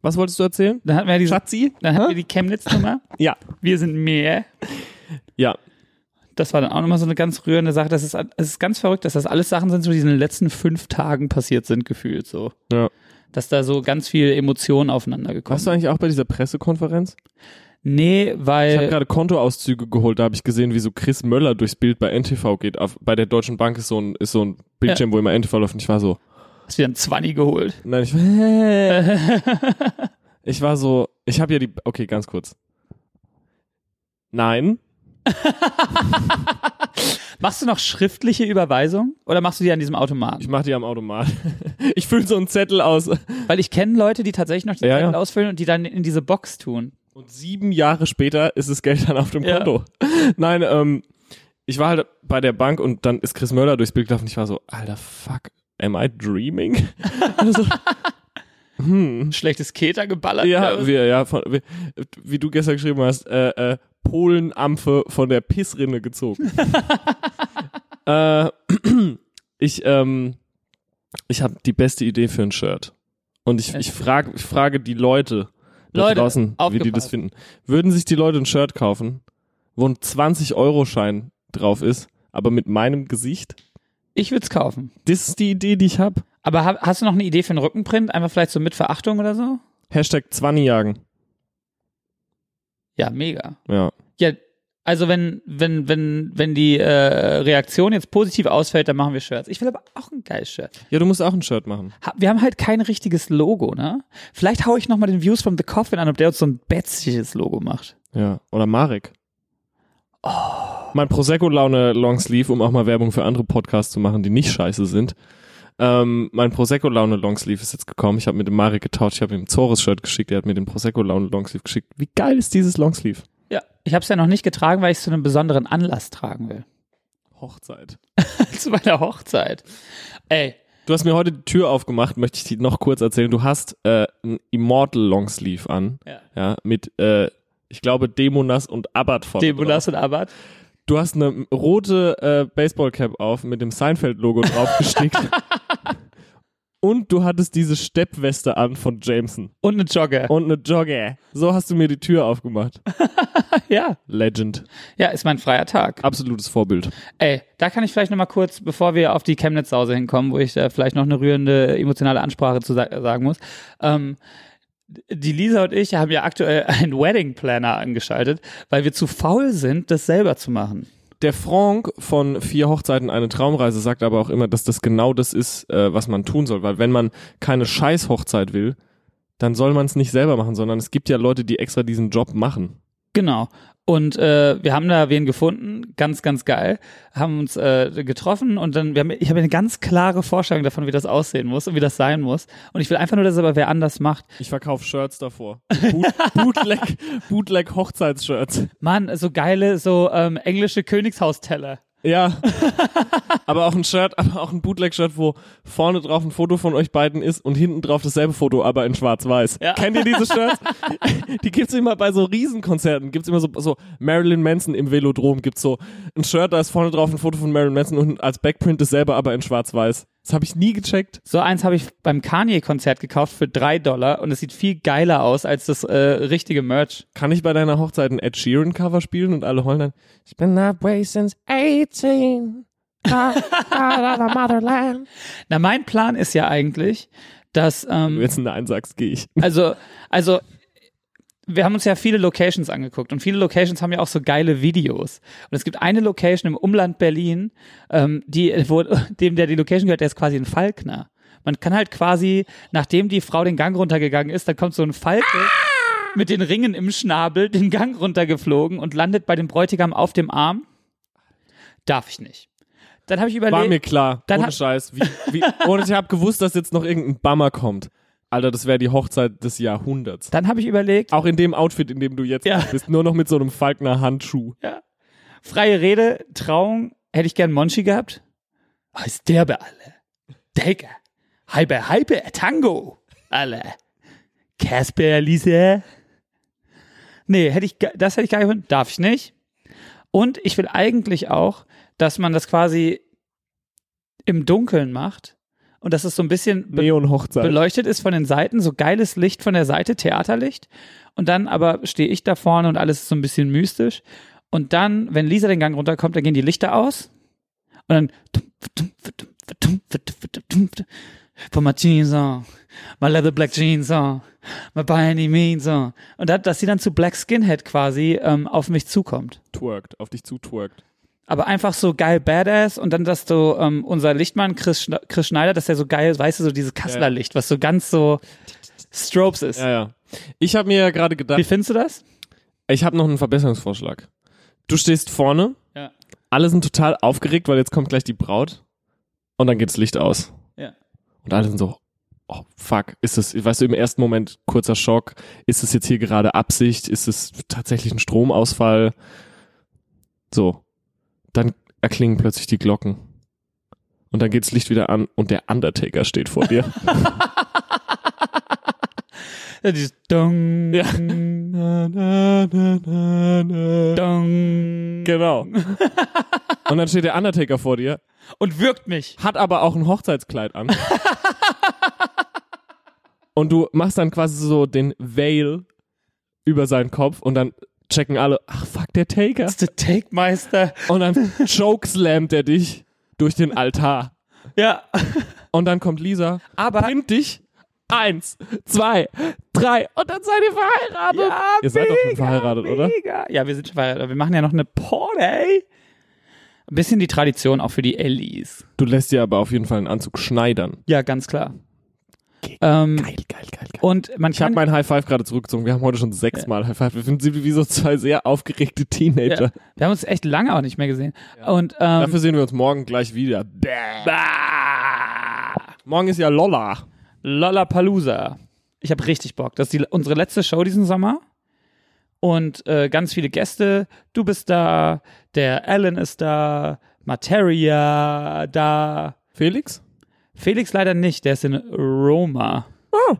S2: Was wolltest du erzählen?
S1: Dann hatten wir ja diese,
S2: Schatzi?
S1: dann hatten wir die Chemnitz-Nummer.
S2: Ja.
S1: Wir sind mehr.
S2: Ja.
S1: das war dann auch nochmal so eine ganz rührende Sache. Das ist, es ist ganz verrückt, dass das alles Sachen sind, so, die in den letzten fünf Tagen passiert sind, gefühlt so.
S2: ja.
S1: Dass da so ganz viel Emotionen aufeinander gekommen
S2: Warst du
S1: sind.
S2: eigentlich auch bei dieser Pressekonferenz?
S1: Nee,
S2: Ich habe
S1: weil.
S2: gerade Kontoauszüge geholt, da habe ich gesehen, wie so Chris Möller durchs Bild bei NTV geht. Auf, bei der Deutschen Bank ist so ein, ist so ein Bildschirm, wo immer NTV läuft. Und ich war so,
S1: Hast wieder einen Zwanni geholt.
S2: nein, ich war, ich war so, ich habe ja die, okay, ganz kurz. Nein,
S1: Machst du noch schriftliche Überweisung oder machst du die an diesem Automaten?
S2: ich mache die am Automat. Ich fülle so einen Zettel aus.
S1: Weil ich kenne Leute, die tatsächlich noch die
S2: Ja,
S1: Zettel
S2: ja.
S1: ausfüllen und die dann in diese Box tun.
S2: Und sieben Jahre später ist das Geld dann auf dem
S1: Ja.
S2: Konto. Nein, ähm, ich war halt bei der Bank und dann ist Chris Möller durchs Bild gelaufen. Ich war so, alter Fuck, am I dreaming? Also, hm.
S1: Ein schlechtes Keter geballert.
S2: Ja,
S1: oder?
S2: wir, ja, von, wie, wie du gestern geschrieben hast, äh, äh, Polenampfe von der Pissrinne gezogen. äh, ich, ähm, ich habe die beste Idee für ein Shirt. Und ich, ich, frag, ich frage die Leute da
S1: Leute,
S2: draußen, wie die das
S1: aufgepasst.
S2: finden. Würden sich die Leute ein Shirt kaufen, wo ein 20-Euro-Schein drauf ist, aber mit meinem Gesicht?
S1: Ich würde es kaufen.
S2: Das ist die Idee, die ich habe.
S1: Aber ha hast du noch eine Idee für einen Rückenprint? Einfach vielleicht so mit Verachtung oder so?
S2: Hashtag 20 jagen.
S1: Ja, mega.
S2: Ja.
S1: Ja, also wenn, wenn, wenn, wenn die äh, Reaktion jetzt positiv ausfällt, dann machen wir Shirts. Ich will aber auch ein geiles Shirt.
S2: ja, du musst auch ein Shirt machen.
S1: Ha- Wir haben halt kein richtiges Logo, ne? Vielleicht hau ich nochmal den Views from the Coffin an, ob der uns so ein betziges Logo macht.
S2: Ja, oder Marek. Mein Prosecco-Laune Longsleeve, um auch mal Werbung für andere Podcasts zu machen, die nicht scheiße sind. Ähm, mein Prosecco-Laune Longsleeve ist jetzt gekommen. Ich habe mit dem Marek getauscht, ich habe ihm ein Zores-Shirt geschickt, er hat mir den Prosecco-Laune Longsleeve geschickt. Wie geil ist dieses Longsleeve?
S1: Ja, ich habe es ja noch nicht getragen, weil ich es zu einem besonderen Anlass tragen will.
S2: Hochzeit.
S1: zu meiner Hochzeit. Ey,
S2: Du hast mir heute die Tür aufgemacht, möchte ich dir noch kurz erzählen. Du hast äh, ein Immortal Longsleeve an.
S1: Ja.
S2: ja mit, äh, ich glaube, Demonas und Abad von.
S1: Debulas und Abad.
S2: Du hast eine rote äh, Baseballcap auf mit dem Seinfeld-Logo draufgestickt. Und du hattest diese Steppweste an von Jameson.
S1: Und eine Jogger.
S2: Und eine Jogger. So hast du mir die Tür aufgemacht.
S1: ja,
S2: Legend.
S1: ja, ist mein freier Tag.
S2: Absolutes Vorbild.
S1: Ey, da kann ich vielleicht nochmal kurz, bevor wir auf die Chemnitz-Sause hinkommen, wo ich äh, vielleicht noch eine rührende emotionale Ansprache zu sa sagen muss. Ähm, die Lisa und ich haben ja aktuell einen Wedding Planner angeschaltet, weil wir zu faul sind, das selber zu machen.
S2: Der Franck von Vier Hochzeiten eine Traumreise sagt aber auch immer, dass das genau das ist, äh, was man tun soll. Weil wenn man keine Scheiß-Hochzeit will, dann soll man es nicht selber machen, sondern es gibt ja Leute, die extra diesen Job machen.
S1: Genau. Und äh, wir haben da wen gefunden, ganz, ganz geil, haben uns äh, getroffen und dann, wir haben, ich habe eine ganz klare Vorstellung davon, wie das aussehen muss und wie das sein muss. Und ich will einfach nur, dass aber wer anders macht.
S2: Ich verkaufe Shirts davor. Boot, Bootleg, Bootleg Hochzeitsshirts.
S1: Mann, so geile, so ähm, englische Königshausteller.
S2: Ja. aber auch ein Shirt, aber auch ein Bootleg-Shirt, wo vorne drauf ein Foto von euch beiden ist und hinten drauf dasselbe Foto, aber in schwarz-weiß.
S1: Ja.
S2: Kennt ihr diese Shirts? Die gibt's immer bei so Riesenkonzerten. Gibt's immer so, so Marilyn Manson im Velodrom gibt's so ein Shirt, da ist vorne drauf ein Foto von Marilyn Manson und als Backprint dasselbe, aber in schwarz-weiß. Das habe ich nie gecheckt.
S1: So eins habe ich beim Kanye-Konzert gekauft für drei Dollar und es sieht viel geiler aus als das äh, richtige Merch.
S2: Kann ich bei deiner Hochzeit ein Ed Sheeran Cover spielen und alle heulen dann? It's been that way since 18. Da, da, da, da, motherland.
S1: Na, mein Plan ist ja eigentlich, dass
S2: Wenn
S1: ähm,
S2: du jetzt einen Nein sagst, gehe ich.
S1: Also, also wir haben uns ja viele Locations angeguckt und viele Locations haben ja auch so geile Videos. Und es gibt eine Location im Umland Berlin, ähm, die, wo, dem, der die Location gehört, der ist quasi ein Falkner. Man kann halt quasi, nachdem die Frau den Gang runtergegangen ist, dann kommt so ein Falke mit den Ringen im Schnabel den Gang runtergeflogen und landet bei dem Bräutigam auf dem Arm. Darf ich nicht. Dann habe ich
S2: War mir
S1: überlegt,
S2: klar.
S1: Dann
S2: ohne
S1: hat-
S2: Scheiß. Wie, wie, und ich habe gewusst, dass jetzt noch irgendein Bummer kommt. Alter, das wäre die Hochzeit des Jahrhunderts.
S1: dann habe ich überlegt,
S2: Auch in dem Outfit, in dem du jetzt
S1: Ja.
S2: bist, nur noch mit so einem Falkner Handschuh.
S1: Freie Rede, Trauung, hätte ich gern Monchi gehabt. Ah, Ist derbe alle. Digga. Hyper, hyper, Tango. Alle. Casper, Lise. Nee, hätte ich, ge- das hätte ich gar nicht, wollen. darf ich nicht. Und ich will eigentlich auch, dass man das quasi im Dunkeln macht und dass es so ein bisschen be-
S2: Neon-Hochzeit.
S1: beleuchtet ist von den Seiten, so geiles Licht von der Seite, Theaterlicht. Und dann aber stehe ich da vorne und alles ist so ein bisschen mystisch. Und dann, wenn Lisa den Gang runterkommt, dann gehen die Lichter aus. Und dann. Put my jeans on, my leather black jeans on, my by any means on. Und dann, dass sie dann zu Black Skinhead quasi ähm, auf mich zukommt.
S2: Twerkt, auf dich zutwerkt.
S1: Aber einfach so geil badass und dann, dass du ähm, unser Lichtmann Chris, Schne- Chris Schneider, dass der so geil, weißt du, so dieses Kasseler Licht, was so ganz so Strobes ist.
S2: Ja, ja. Ich habe mir ja gerade
S1: Wie
S2: gedacht,
S1: findest du das?
S2: ich habe noch einen Verbesserungsvorschlag. Du stehst vorne,
S1: Ja.
S2: alle sind total aufgeregt, weil jetzt kommt gleich die Braut und dann geht das Licht aus.
S1: Ja.
S2: Und alle sind so, oh fuck, ist das, weißt du, im ersten Moment kurzer Schock, ist es jetzt hier gerade Absicht, ist es tatsächlich ein Stromausfall? So. Dann erklingen plötzlich die Glocken. Und dann geht das Licht wieder an und der Undertaker steht vor dir.
S1: Dieses Dong,
S2: Ja.
S1: na, Dong
S2: Genau. Und dann steht der Undertaker vor dir,
S1: und wirkt mich.
S2: hat aber auch ein Hochzeitskleid an. Und du machst dann quasi so den Veil über seinen Kopf und dann checken alle, ach fuck, der Taker.
S1: Das ist der Take-Meister.
S2: Und dann chokeslammt er dich durch den Altar.
S1: Ja,
S2: Und dann kommt Lisa,
S1: aber
S2: nimmt dich. Eins, zwei, drei und dann seid ihr verheiratet.
S1: Ja,
S2: ihr seid doch schon verheiratet, oder?
S1: mega. Ja, wir sind schon verheiratet. aber Wir machen ja noch eine Party. Ein bisschen die Tradition auch für die Ellies.
S2: Du lässt dir aber auf jeden Fall einen Anzug schneidern.
S1: Ja, ganz klar.
S2: Ge-
S1: Ähm,
S2: Geil, geil, geil, geil.
S1: und man
S2: Ich habe
S1: kann
S2: mein High Five gerade zurückgezogen. Wir haben heute schon sechsmal High Five. Wir sind wie so zwei sehr aufgeregte Teenager.
S1: Ja. Wir haben uns echt lange auch nicht mehr gesehen. Und ähm,
S2: Dafür sehen wir uns morgen gleich wieder. Bäh. Morgen ist ja Lolla.
S1: Lollapalooza. Ich habe richtig Bock. Das ist die, unsere letzte Show diesen Sommer. Und äh, ganz viele Gäste. Du bist da, der Alan ist da, Materia da.
S2: Felix?
S1: Felix leider nicht, der ist in Roma.
S2: Oh.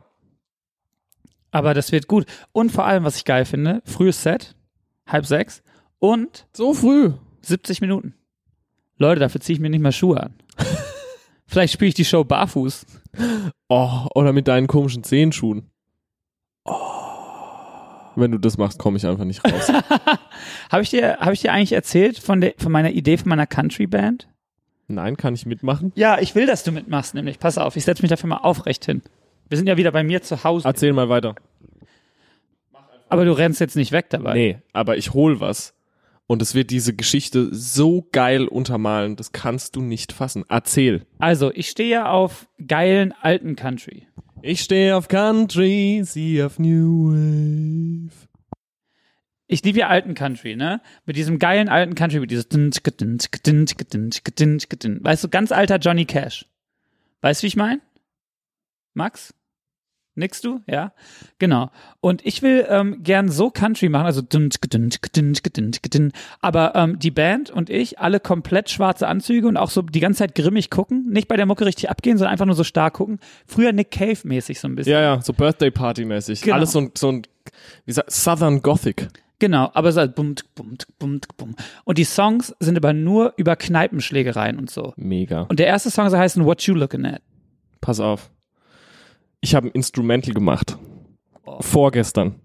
S1: Aber das wird gut. Und vor allem, was ich geil finde, frühes Set, halb sechs und
S2: So früh.
S1: 70 Minuten. Leute, dafür ziehe ich mir nicht mal Schuhe an. Vielleicht spiele ich die Show barfuß.
S2: Oh, oder mit deinen komischen Zehenschuhen. Oh. Wenn du das machst, komme ich einfach nicht raus.
S1: Habe ich, dir- hab ich dir eigentlich erzählt von, der, von meiner Idee von meiner Country-Band?
S2: Nein, kann ich mitmachen?
S1: Ja, ich will, dass du mitmachst, nämlich. Pass auf, ich setze mich dafür mal aufrecht hin. Wir sind ja wieder bei mir zu Hause.
S2: Erzähl mal weiter.
S1: Aber du rennst jetzt nicht weg dabei.
S2: Nee, aber ich hol was. Und es wird diese Geschichte so geil untermalen, das kannst du nicht fassen. Erzähl.
S1: Also, ich stehe ja auf geilen alten Country.
S2: Ich stehe auf Country, sie auf New Wave.
S1: Ich liebe ja alten Country, ne? Mit diesem geilen alten Country, mit dieses Weißt du, ganz alter Johnny Cash. Weißt du, wie ich meine? Max? Nix du? Ja? Genau. Und ich will ähm, gern so Country machen, also dünnt, gedünnt, gedünnt, gedünnt, gedünnt. Aber ähm, die Band und ich, alle komplett schwarze Anzüge und auch so die ganze Zeit grimmig gucken. Nicht bei der Mucke richtig abgehen, sondern einfach nur so stark gucken. Früher Nick Cave-mäßig so ein bisschen.
S2: Ja, ja, so Birthday Party mäßig.
S1: Genau.
S2: Alles so ein, so ein wie sagt, Southern Gothic.
S1: Genau, aber es ist halt bumm, tk, bumm, tk, bumm, tk, bumm. Und die Songs sind aber nur über Kneipenschlägereien und so.
S2: Mega.
S1: Und der erste Song soll heißen What You Looking At.
S2: Pass auf. Ich habe ein Instrumental gemacht. Vorgestern.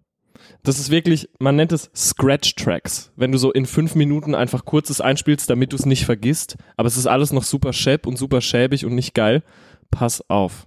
S2: Das ist wirklich, man nennt es Scratch Tracks. Wenn du so in fünf Minuten einfach kurzes einspielst, damit du es nicht vergisst. Aber es ist alles noch super schäb und super schäbig und nicht geil. Pass auf.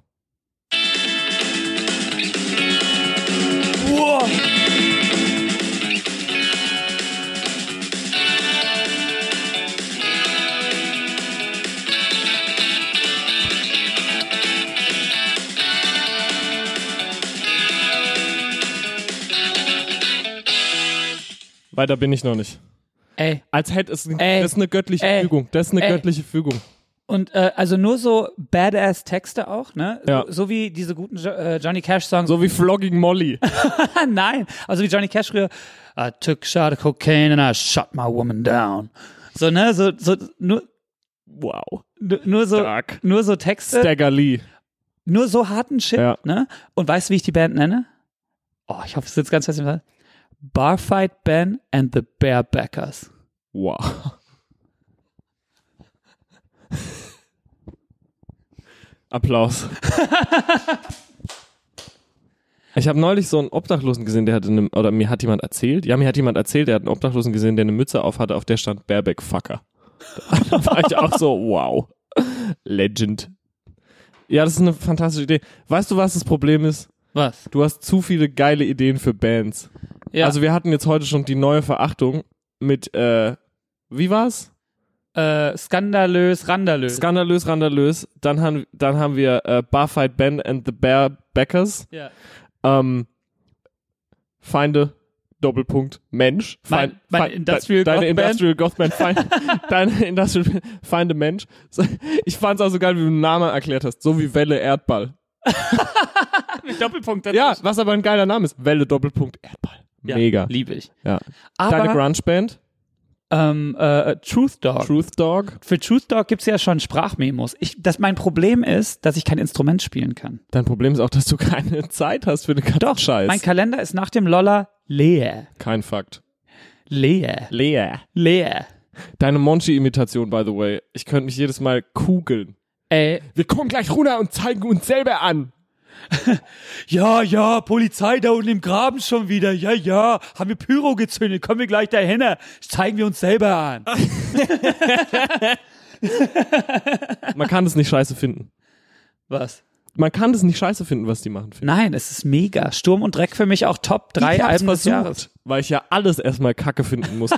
S2: Weiter bin ich noch nicht.
S1: Ey,
S2: Als hätte es
S1: Ey.
S2: das ist eine göttliche
S1: Ey.
S2: Fügung. Das ist eine
S1: Ey.
S2: göttliche Fügung.
S1: und äh, also nur so badass Texte auch, ne?
S2: Ja.
S1: So, so wie diese guten jo äh, Johnny Cash Songs.
S2: So wie Flogging Molly.
S1: Ah, nein, also wie Johnny Cash früher. I took a shot of cocaine and I shot my woman down. So ne, so so nur
S2: Wow.
S1: nur- nur so
S2: Stark.
S1: nur so Texte,
S2: Stagger Lee.
S1: nur so harten Shit,
S2: Ja.
S1: ne? Und weißt du, wie ich die Band nenne? Oh, ich hoffe, es sitzt ganz fest im Fall. Barfight Ben and the Barebackers.
S2: Wow. Applaus. Ich habe neulich so einen Obdachlosen gesehen, der hatte eine, oder mir hat jemand erzählt, ja, mir hat jemand erzählt, der hat einen Obdachlosen gesehen, der eine Mütze auf hatte, auf der stand Baerbeck Fucker. Da war ich auch so, wow. Legend. Ja, das ist eine fantastische Idee. Weißt du, was das Problem ist?
S1: Was?
S2: Du hast zu viele geile Ideen für Bands.
S1: Ja.
S2: Also wir hatten jetzt heute schon die neue Verachtung mit, äh, wie war's?
S1: äh, skandalös, randalös.
S2: Skandalös, randalös. Dann haben, dann haben wir äh, Barfight Ben and the Bear Backers.
S1: ja.
S2: Ähm, Feinde, Doppelpunkt, Mensch.
S1: Mein-
S2: Feind-
S1: mein
S2: Feind-
S1: Industrial
S2: deine
S1: Goth Band.
S2: Industrial Goth Band. Feind, deine Industrial Feinde, Mensch. So, Ich fand's auch so geil, wie du den Namen erklärt hast. So wie Welle, Erdball.
S1: Doppelpunkt
S2: Ja, was aber ein geiler Name ist. Welle, Doppelpunkt, Erdball. Mega.
S1: Liebe ich.
S2: Ja. Deine
S1: Aber
S2: Grunge Band,
S1: ähm, äh, Truth Dog.
S2: Truth Dog.
S1: Für Truth Dog gibt's ja schon Sprachmemos. Ich, das, mein Problem ist, dass ich kein Instrument spielen kann.
S2: Dein Problem ist auch, dass du keine Zeit hast für den ganzen Doch, Scheiß.
S1: Mein Kalender ist nach dem Lolla leer.
S2: Kein Fakt.
S1: Leer.
S2: Leer.
S1: Leer.
S2: Deine Monchi-Imitation, by the way. Ich könnte mich jedes Mal kugeln.
S1: Ey.
S2: Wir kommen gleich runter und zeigen uns selber an.
S1: Ja, ja, Polizei da unten im Graben schon wieder. Ja, ja. Haben wir Pyro gezündet. Kommen wir gleich dahin. Zeigen wir uns selber an.
S2: Man kann das nicht scheiße finden.
S1: Was?
S2: Man kann das nicht scheiße finden, was die machen. Finde.
S1: Nein, es ist mega. Sturm und Dreck für mich auch Top
S2: ich
S1: drei
S2: hab's
S1: Alben des Jahres.
S2: versucht, weil ich ja alles erstmal kacke finden muss.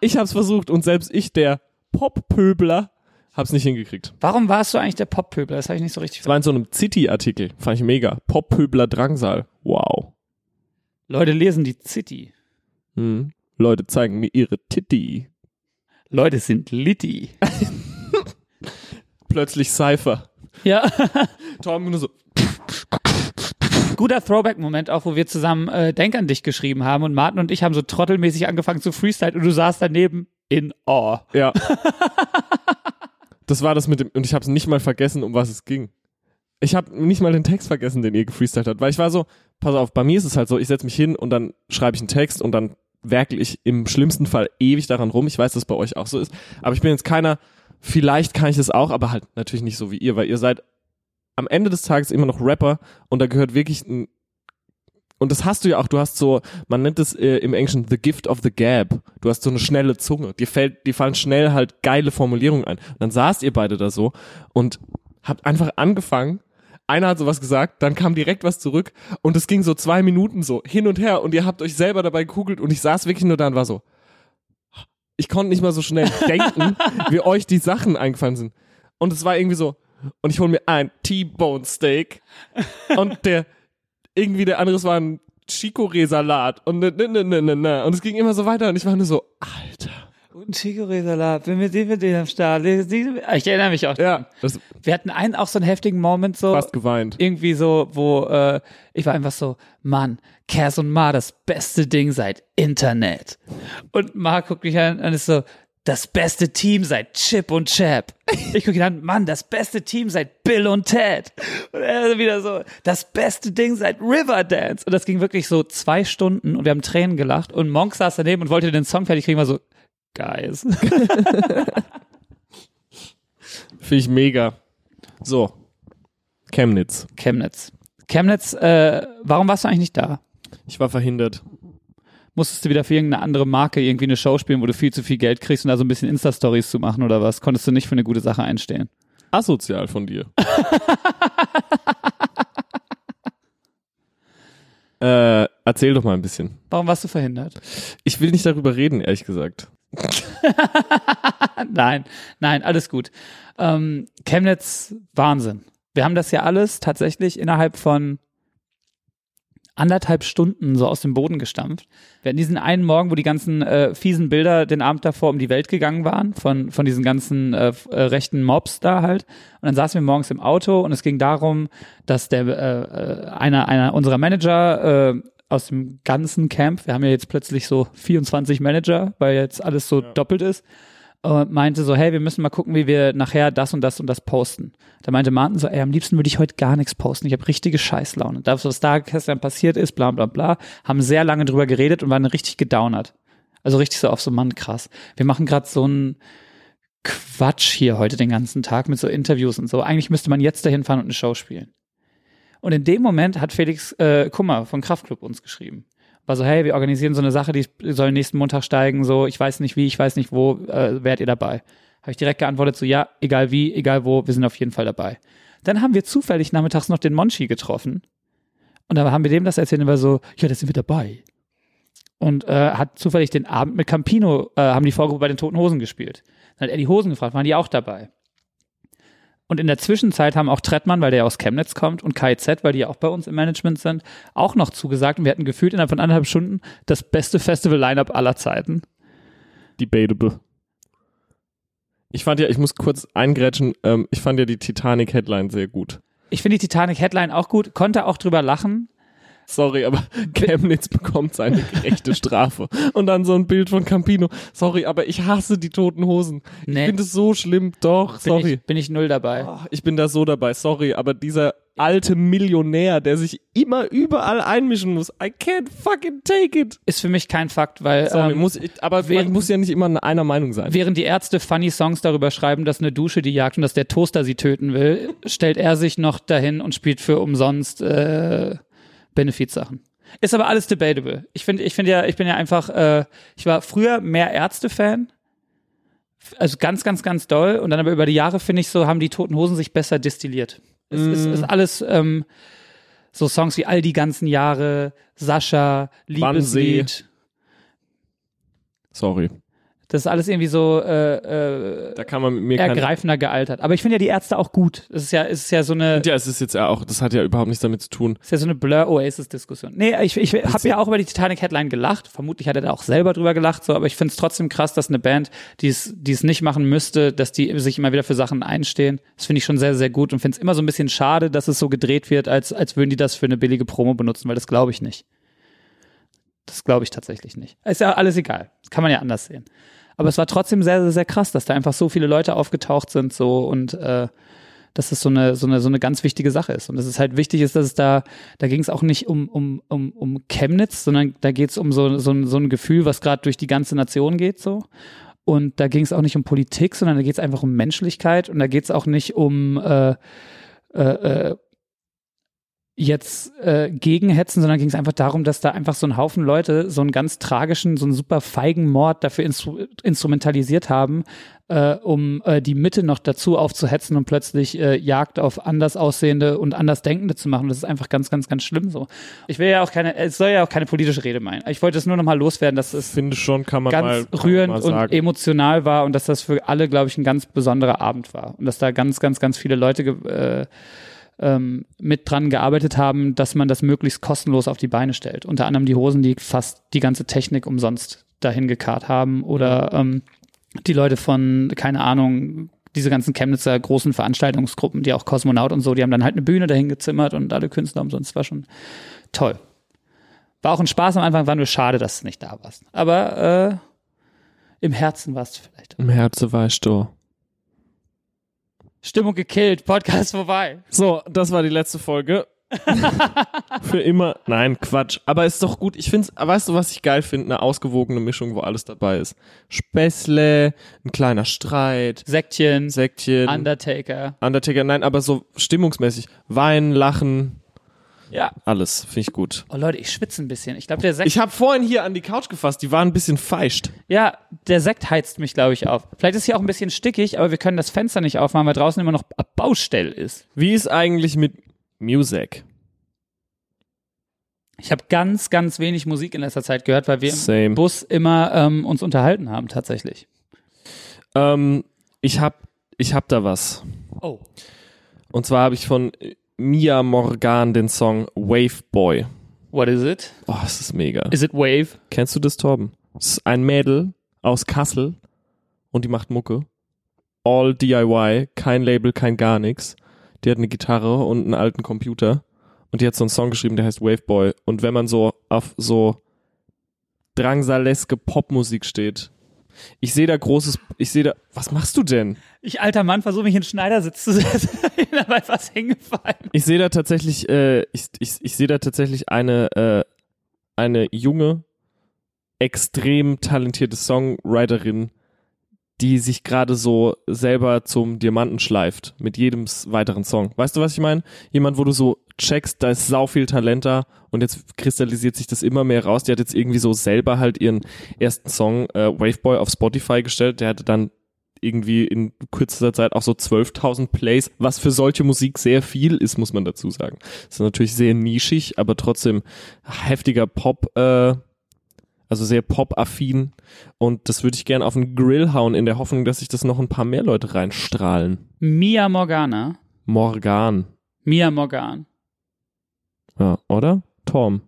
S2: ich hab's versucht und selbst ich, der Pop-Pöbler, hab's nicht hingekriegt.
S1: Warum warst du eigentlich der Pop-Pöbler? Das habe ich nicht so richtig
S2: Es war in so einem City-Artikel. Fand ich mega. Pop-Pöbler Drangsal. Wow.
S1: Leute lesen die City.
S2: Hm. Leute zeigen mir ihre Titty.
S1: Leute sind Litti.
S2: plötzlich Cypher.
S1: Ja.
S2: Tom nur so,
S1: Guter Throwback-Moment auch, wo wir zusammen äh, Denk an dich geschrieben haben und Martin und ich haben so trottelmäßig angefangen zu freestyle und du saßt daneben in awe.
S2: ja. das war das mit dem, und ich habe nicht mal vergessen, um was es ging. Ich habe nicht mal den Text vergessen, den ihr gefreestylt habt, weil ich war so, pass auf, bei mir ist es halt so, ich setz mich hin und dann schreibe ich einen Text und dann werkel ich im schlimmsten Fall ewig daran rum. Ich weiß, dass es bei euch auch so ist, aber ich bin jetzt keiner, vielleicht kann ich es auch, aber halt natürlich nicht so wie ihr, weil ihr seid am Ende des Tages immer noch Rapper und da gehört wirklich ein und das hast du ja auch, du hast so, man nennt es äh, im Englischen the gift of the gab. Du hast so eine schnelle Zunge. Dir fällt, dir fallen schnell halt geile Formulierungen ein. Und dann saßt ihr beide da so und habt einfach angefangen, Einer hat sowas gesagt, dann kam direkt was zurück und es ging so zwei Minuten so hin und her und ihr habt euch selber dabei gekugelt und ich saß wirklich nur da und war so, ich konnte nicht mal so schnell denken, wie euch die Sachen eingefallen sind. Und es war irgendwie so, und ich hole mir ein T-Bone Steak und der, irgendwie der anderes war ein Chicorée-Salat und ne, ne, ne, ne, ne, ne. Und es ging immer so weiter und ich war nur so, Alter.
S1: Guten Chicorée-Salat, wenn wir den mit dem am Start. Ich erinnere mich auch.
S2: Ja, das
S1: Wir hatten einen auch so einen heftigen Moment so.
S2: fast geweint.
S1: irgendwie so, wo äh, ich war einfach so, Mann, Kers und Ma, das beste Ding seit Internet. Und Ma guckt mich an und ist so, das beste Team seit Chip und Chap. Ich gucke ihn an, Mann, das beste Team seit Bill und Ted. Und er ist wieder so, das beste Ding seit Riverdance. Und das ging wirklich so zwei Stunden und wir haben Tränen gelacht. Und Monk saß daneben und wollte den Song fertig kriegen, war so, Guys.
S2: Finde ich mega. So. Chemnitz.
S1: Chemnitz. Chemnitz, äh, warum warst du eigentlich nicht da?
S2: Ich war verhindert.
S1: Musstest du wieder für irgendeine andere Marke irgendwie eine Show spielen, wo du viel zu viel Geld kriegst und da so ein bisschen Insta-Stories zu machen oder was? Konntest du nicht für eine gute Sache einstehen?
S2: Asozial von dir. äh, erzähl doch mal ein bisschen.
S1: Warum warst du verhindert?
S2: Ich will nicht darüber reden, ehrlich gesagt.
S1: Nein, nein, alles gut. Ähm, Chemnitz, Wahnsinn. Wir haben das ja alles tatsächlich innerhalb von anderthalb Stunden so aus dem Boden gestampft. Wir hatten diesen einen Morgen, wo die ganzen äh, fiesen Bilder den Abend davor um die Welt gegangen waren, von, von diesen ganzen äh, f- äh, rechten Mobs da halt. Und dann saßen wir morgens im Auto und es ging darum, dass der äh, äh, einer, einer unserer Manager äh, aus dem ganzen Camp, wir haben ja jetzt plötzlich so 24 Manager, weil jetzt alles so doppelt ist, äh, meinte so, hey, wir müssen mal gucken, wie wir nachher das und das und das posten. Da meinte Martin so, ey, am liebsten würde ich heute gar nichts posten. Ich habe richtige Scheißlaune. Das, was da gestern passiert ist, bla bla bla, haben sehr lange drüber geredet und waren richtig gedownert. Also richtig so auf so, Mann, krass. Wir machen gerade so einen Quatsch hier heute den ganzen Tag mit so Interviews und so. Eigentlich müsste man jetzt dahin fahren und eine Show spielen. Und in dem Moment hat Felix äh, Kummer von Kraftclub uns geschrieben. War so, hey, wir organisieren so eine Sache, die soll nächsten Montag steigen, so, ich weiß nicht wie, ich weiß nicht wo, äh, wärt ihr dabei? Habe ich direkt geantwortet, so, ja, egal wie, egal wo, wir sind auf jeden Fall dabei. Dann haben wir zufällig nachmittags noch den Monchi getroffen. Und da haben wir dem das erzählt und war so, ja, da sind wir dabei. Und äh, hat zufällig den Abend mit Campino, äh, haben die Vorgruppe bei den Toten Hosen gespielt. Dann hat er die Hosen gefragt, waren die auch dabei? Und in der Zwischenzeit haben auch Trettmann, weil der ja aus Chemnitz kommt, und KZ, weil die ja auch bei uns im Management sind, auch noch zugesagt. Und wir hatten gefühlt innerhalb von anderthalb Stunden das beste Festival-Line-Up aller Zeiten.
S2: Debatable. Ich fand ja, ich muss kurz eingrätschen, ähm, ich fand ja die Titanic-Headline sehr gut.
S1: Ich finde die Titanic-Headline auch gut, konnte auch drüber lachen.
S2: Sorry, aber Chemnitz bekommt seine gerechte Strafe. Und dann so ein Bild von Campino. Sorry, aber ich hasse die toten Hosen.
S1: Nee.
S2: Ich finde es so schlimm.
S1: Bin
S2: Doch, sorry.
S1: Ich, bin ich null dabei.
S2: Ah, Ich bin da so dabei, sorry, aber dieser alte Millionär, der sich immer überall einmischen muss, I can't fucking take it.
S1: Ist für mich kein Fakt, weil
S2: Sorry,
S1: ähm,
S2: muss ich, aber
S1: während-
S2: man muss ja nicht immer in einer Meinung sein.
S1: während die Ärzte funny Songs darüber schreiben, dass eine Dusche die jagt und dass der Toaster sie töten will, stellt er sich noch dahin und spielt für umsonst äh, Benefizsachen. Ist aber alles debatable. Ich finde, ich finde ja, ich bin ja einfach, äh, ich war früher mehr Ärzte-Fan, F- also ganz, ganz, ganz doll. Und dann aber über die Jahre finde ich so, haben die Toten Hosen sich besser destilliert. Es ist, ist alles ähm, so Songs wie all die ganzen Jahre, Sascha,
S2: Wannsee.
S1: Liebeslied.
S2: Sorry,
S1: Das ist alles irgendwie so äh, äh,
S2: da kann man mit mir kein...
S1: ergreifender gealtert. Aber ich finde ja die Ärzte auch gut. Es ist ja, es ist ja so eine,
S2: Ja, es ist jetzt ja auch, das hat ja überhaupt nichts damit zu tun.
S1: es ist ja so eine Blur-Oasis-Diskussion. Nee, ich, ich habe ja auch über die Titanic-Headline gelacht. Vermutlich hat er da auch selber drüber gelacht, so, aber ich finde es trotzdem krass, dass eine Band, die es, die es nicht machen müsste, dass die sich immer wieder für Sachen einstehen. Das finde ich schon sehr, sehr gut und finde es immer so ein bisschen schade, dass es so gedreht wird, als, als würden die das für eine billige Promo benutzen, weil das glaube ich nicht. Das glaube ich tatsächlich nicht. Ist ja alles egal. Kann man ja anders sehen. Aber es war trotzdem sehr, sehr, sehr krass, dass da einfach so viele Leute aufgetaucht sind so und äh, dass das so eine, so eine, so eine ganz wichtige Sache ist. Und dass es halt wichtig ist, dass es da, da ging es auch nicht um, um, um, um Chemnitz, sondern da geht es um so, so, ein- so ein Gefühl, was gerade durch die ganze Nation geht so. Und da ging es auch nicht um Politik, sondern da geht es einfach um Menschlichkeit und da geht es auch nicht um äh, äh, äh, jetzt äh, gegenhetzen, sondern ging es einfach darum, dass da einfach so ein Haufen Leute so einen ganz tragischen, so einen super feigen Mord dafür instru instrumentalisiert haben, äh, um äh, die Mitte noch dazu aufzuhetzen und plötzlich äh, Jagd auf anders aussehende und anders denkende zu machen. Das ist einfach ganz, ganz, ganz schlimm so. Ich will ja auch keine, es soll ja auch keine politische Rede meinen. Ich wollte es nur noch mal loswerden, dass
S2: Ich
S1: es
S2: finde schon, kann man mal,
S1: ganz
S2: kann man mal
S1: rührend und
S2: sagen.
S1: emotional war und dass das für alle, glaube ich, ein ganz besonderer Abend war und dass da ganz, ganz, ganz viele Leute ge- äh, ähm, mit dran gearbeitet haben, dass man das möglichst kostenlos auf die Beine stellt. Unter anderem die Hosen, die fast die ganze Technik umsonst dahin gekarrt haben oder ähm, die Leute von, keine Ahnung, diese ganzen Chemnitzer großen Veranstaltungsgruppen, die auch Kosmonaut und so, die haben dann halt eine Bühne dahin gezimmert und alle Künstler umsonst. War schon toll. War auch ein Spaß am Anfang, war nur schade, dass du nicht da warst. Aber äh, im Herzen warst du vielleicht.
S2: Im Herzen weißt du.
S1: Stimmung gekillt, Podcast vorbei.
S2: So, das war die letzte Folge. Für immer. Nein, Quatsch. Aber ist doch gut. Ich finde, weißt du, was ich geil finde? Eine ausgewogene Mischung, wo alles dabei ist. Späßle, ein kleiner Streit,
S1: Sektchen,
S2: Sektchen,
S1: Undertaker.
S2: Undertaker. Nein, aber so stimmungsmäßig. Weinen, Lachen,
S1: Ja.
S2: alles. Finde ich gut.
S1: Oh Leute, ich schwitze ein bisschen. Ich glaube, der Sekt,
S2: Ich habe vorhin hier an die Couch gefasst. Die waren ein bisschen feischt.
S1: ja, der Sekt heizt mich, glaube ich, auf. Vielleicht ist hier auch ein bisschen stickig, aber wir können das Fenster nicht aufmachen, weil draußen immer noch Baustelle ist.
S2: Wie ist eigentlich mit Music?
S1: Ich habe ganz, ganz wenig Musik in letzter Zeit gehört, weil wir im
S2: Same.
S1: Bus immer ähm, uns unterhalten haben, tatsächlich.
S2: Ähm, ich hab, ich hab da was.
S1: Oh.
S2: Und zwar habe ich von äh, Mia Morgan den Song Wave Boy.
S1: What is it?
S2: Oh, es ist mega.
S1: Is it Wave?
S2: Kennst du das, Torben? Es ist ein Mädel aus Kassel und die macht Mucke. All DIY, kein Label, kein gar nix. Die hat eine Gitarre und einen alten Computer und die hat so einen Song geschrieben, der heißt Waveboy. Und wenn man so auf so drangsaleske Popmusik steht, ich sehe da großes, ich sehe da, was machst du denn?
S1: Ich alter Mann versuche mich in den Schneidersitz zu setzen. Ich bin dabei fast hingefallen.
S2: Ich sehe da tatsächlich, äh, ich, ich, ich sehe da tatsächlich eine, äh, eine junge, extrem talentierte Songwriterin, die sich gerade so selber zum Diamanten schleift mit jedem s- weiteren Song. Weißt du, was ich meine? Jemand, wo du so checkst, da ist sau viel Talent da und jetzt kristallisiert sich das immer mehr raus. Die hat jetzt irgendwie so selber halt ihren ersten Song äh, Waveboy auf Spotify gestellt. Der hatte dann irgendwie in kürzester Zeit auch so 12.000 Plays, was für solche Musik sehr viel ist, muss man dazu sagen. Das ist natürlich sehr nischig, aber trotzdem heftiger Pop, äh, also sehr pop-affin. Und das würde ich gerne auf den Grill hauen, in der Hoffnung, dass sich das noch ein paar mehr Leute reinstrahlen.
S1: Mia Morgana.
S2: Morgan,
S1: Mia Morgan.
S2: ja, oder? Tom.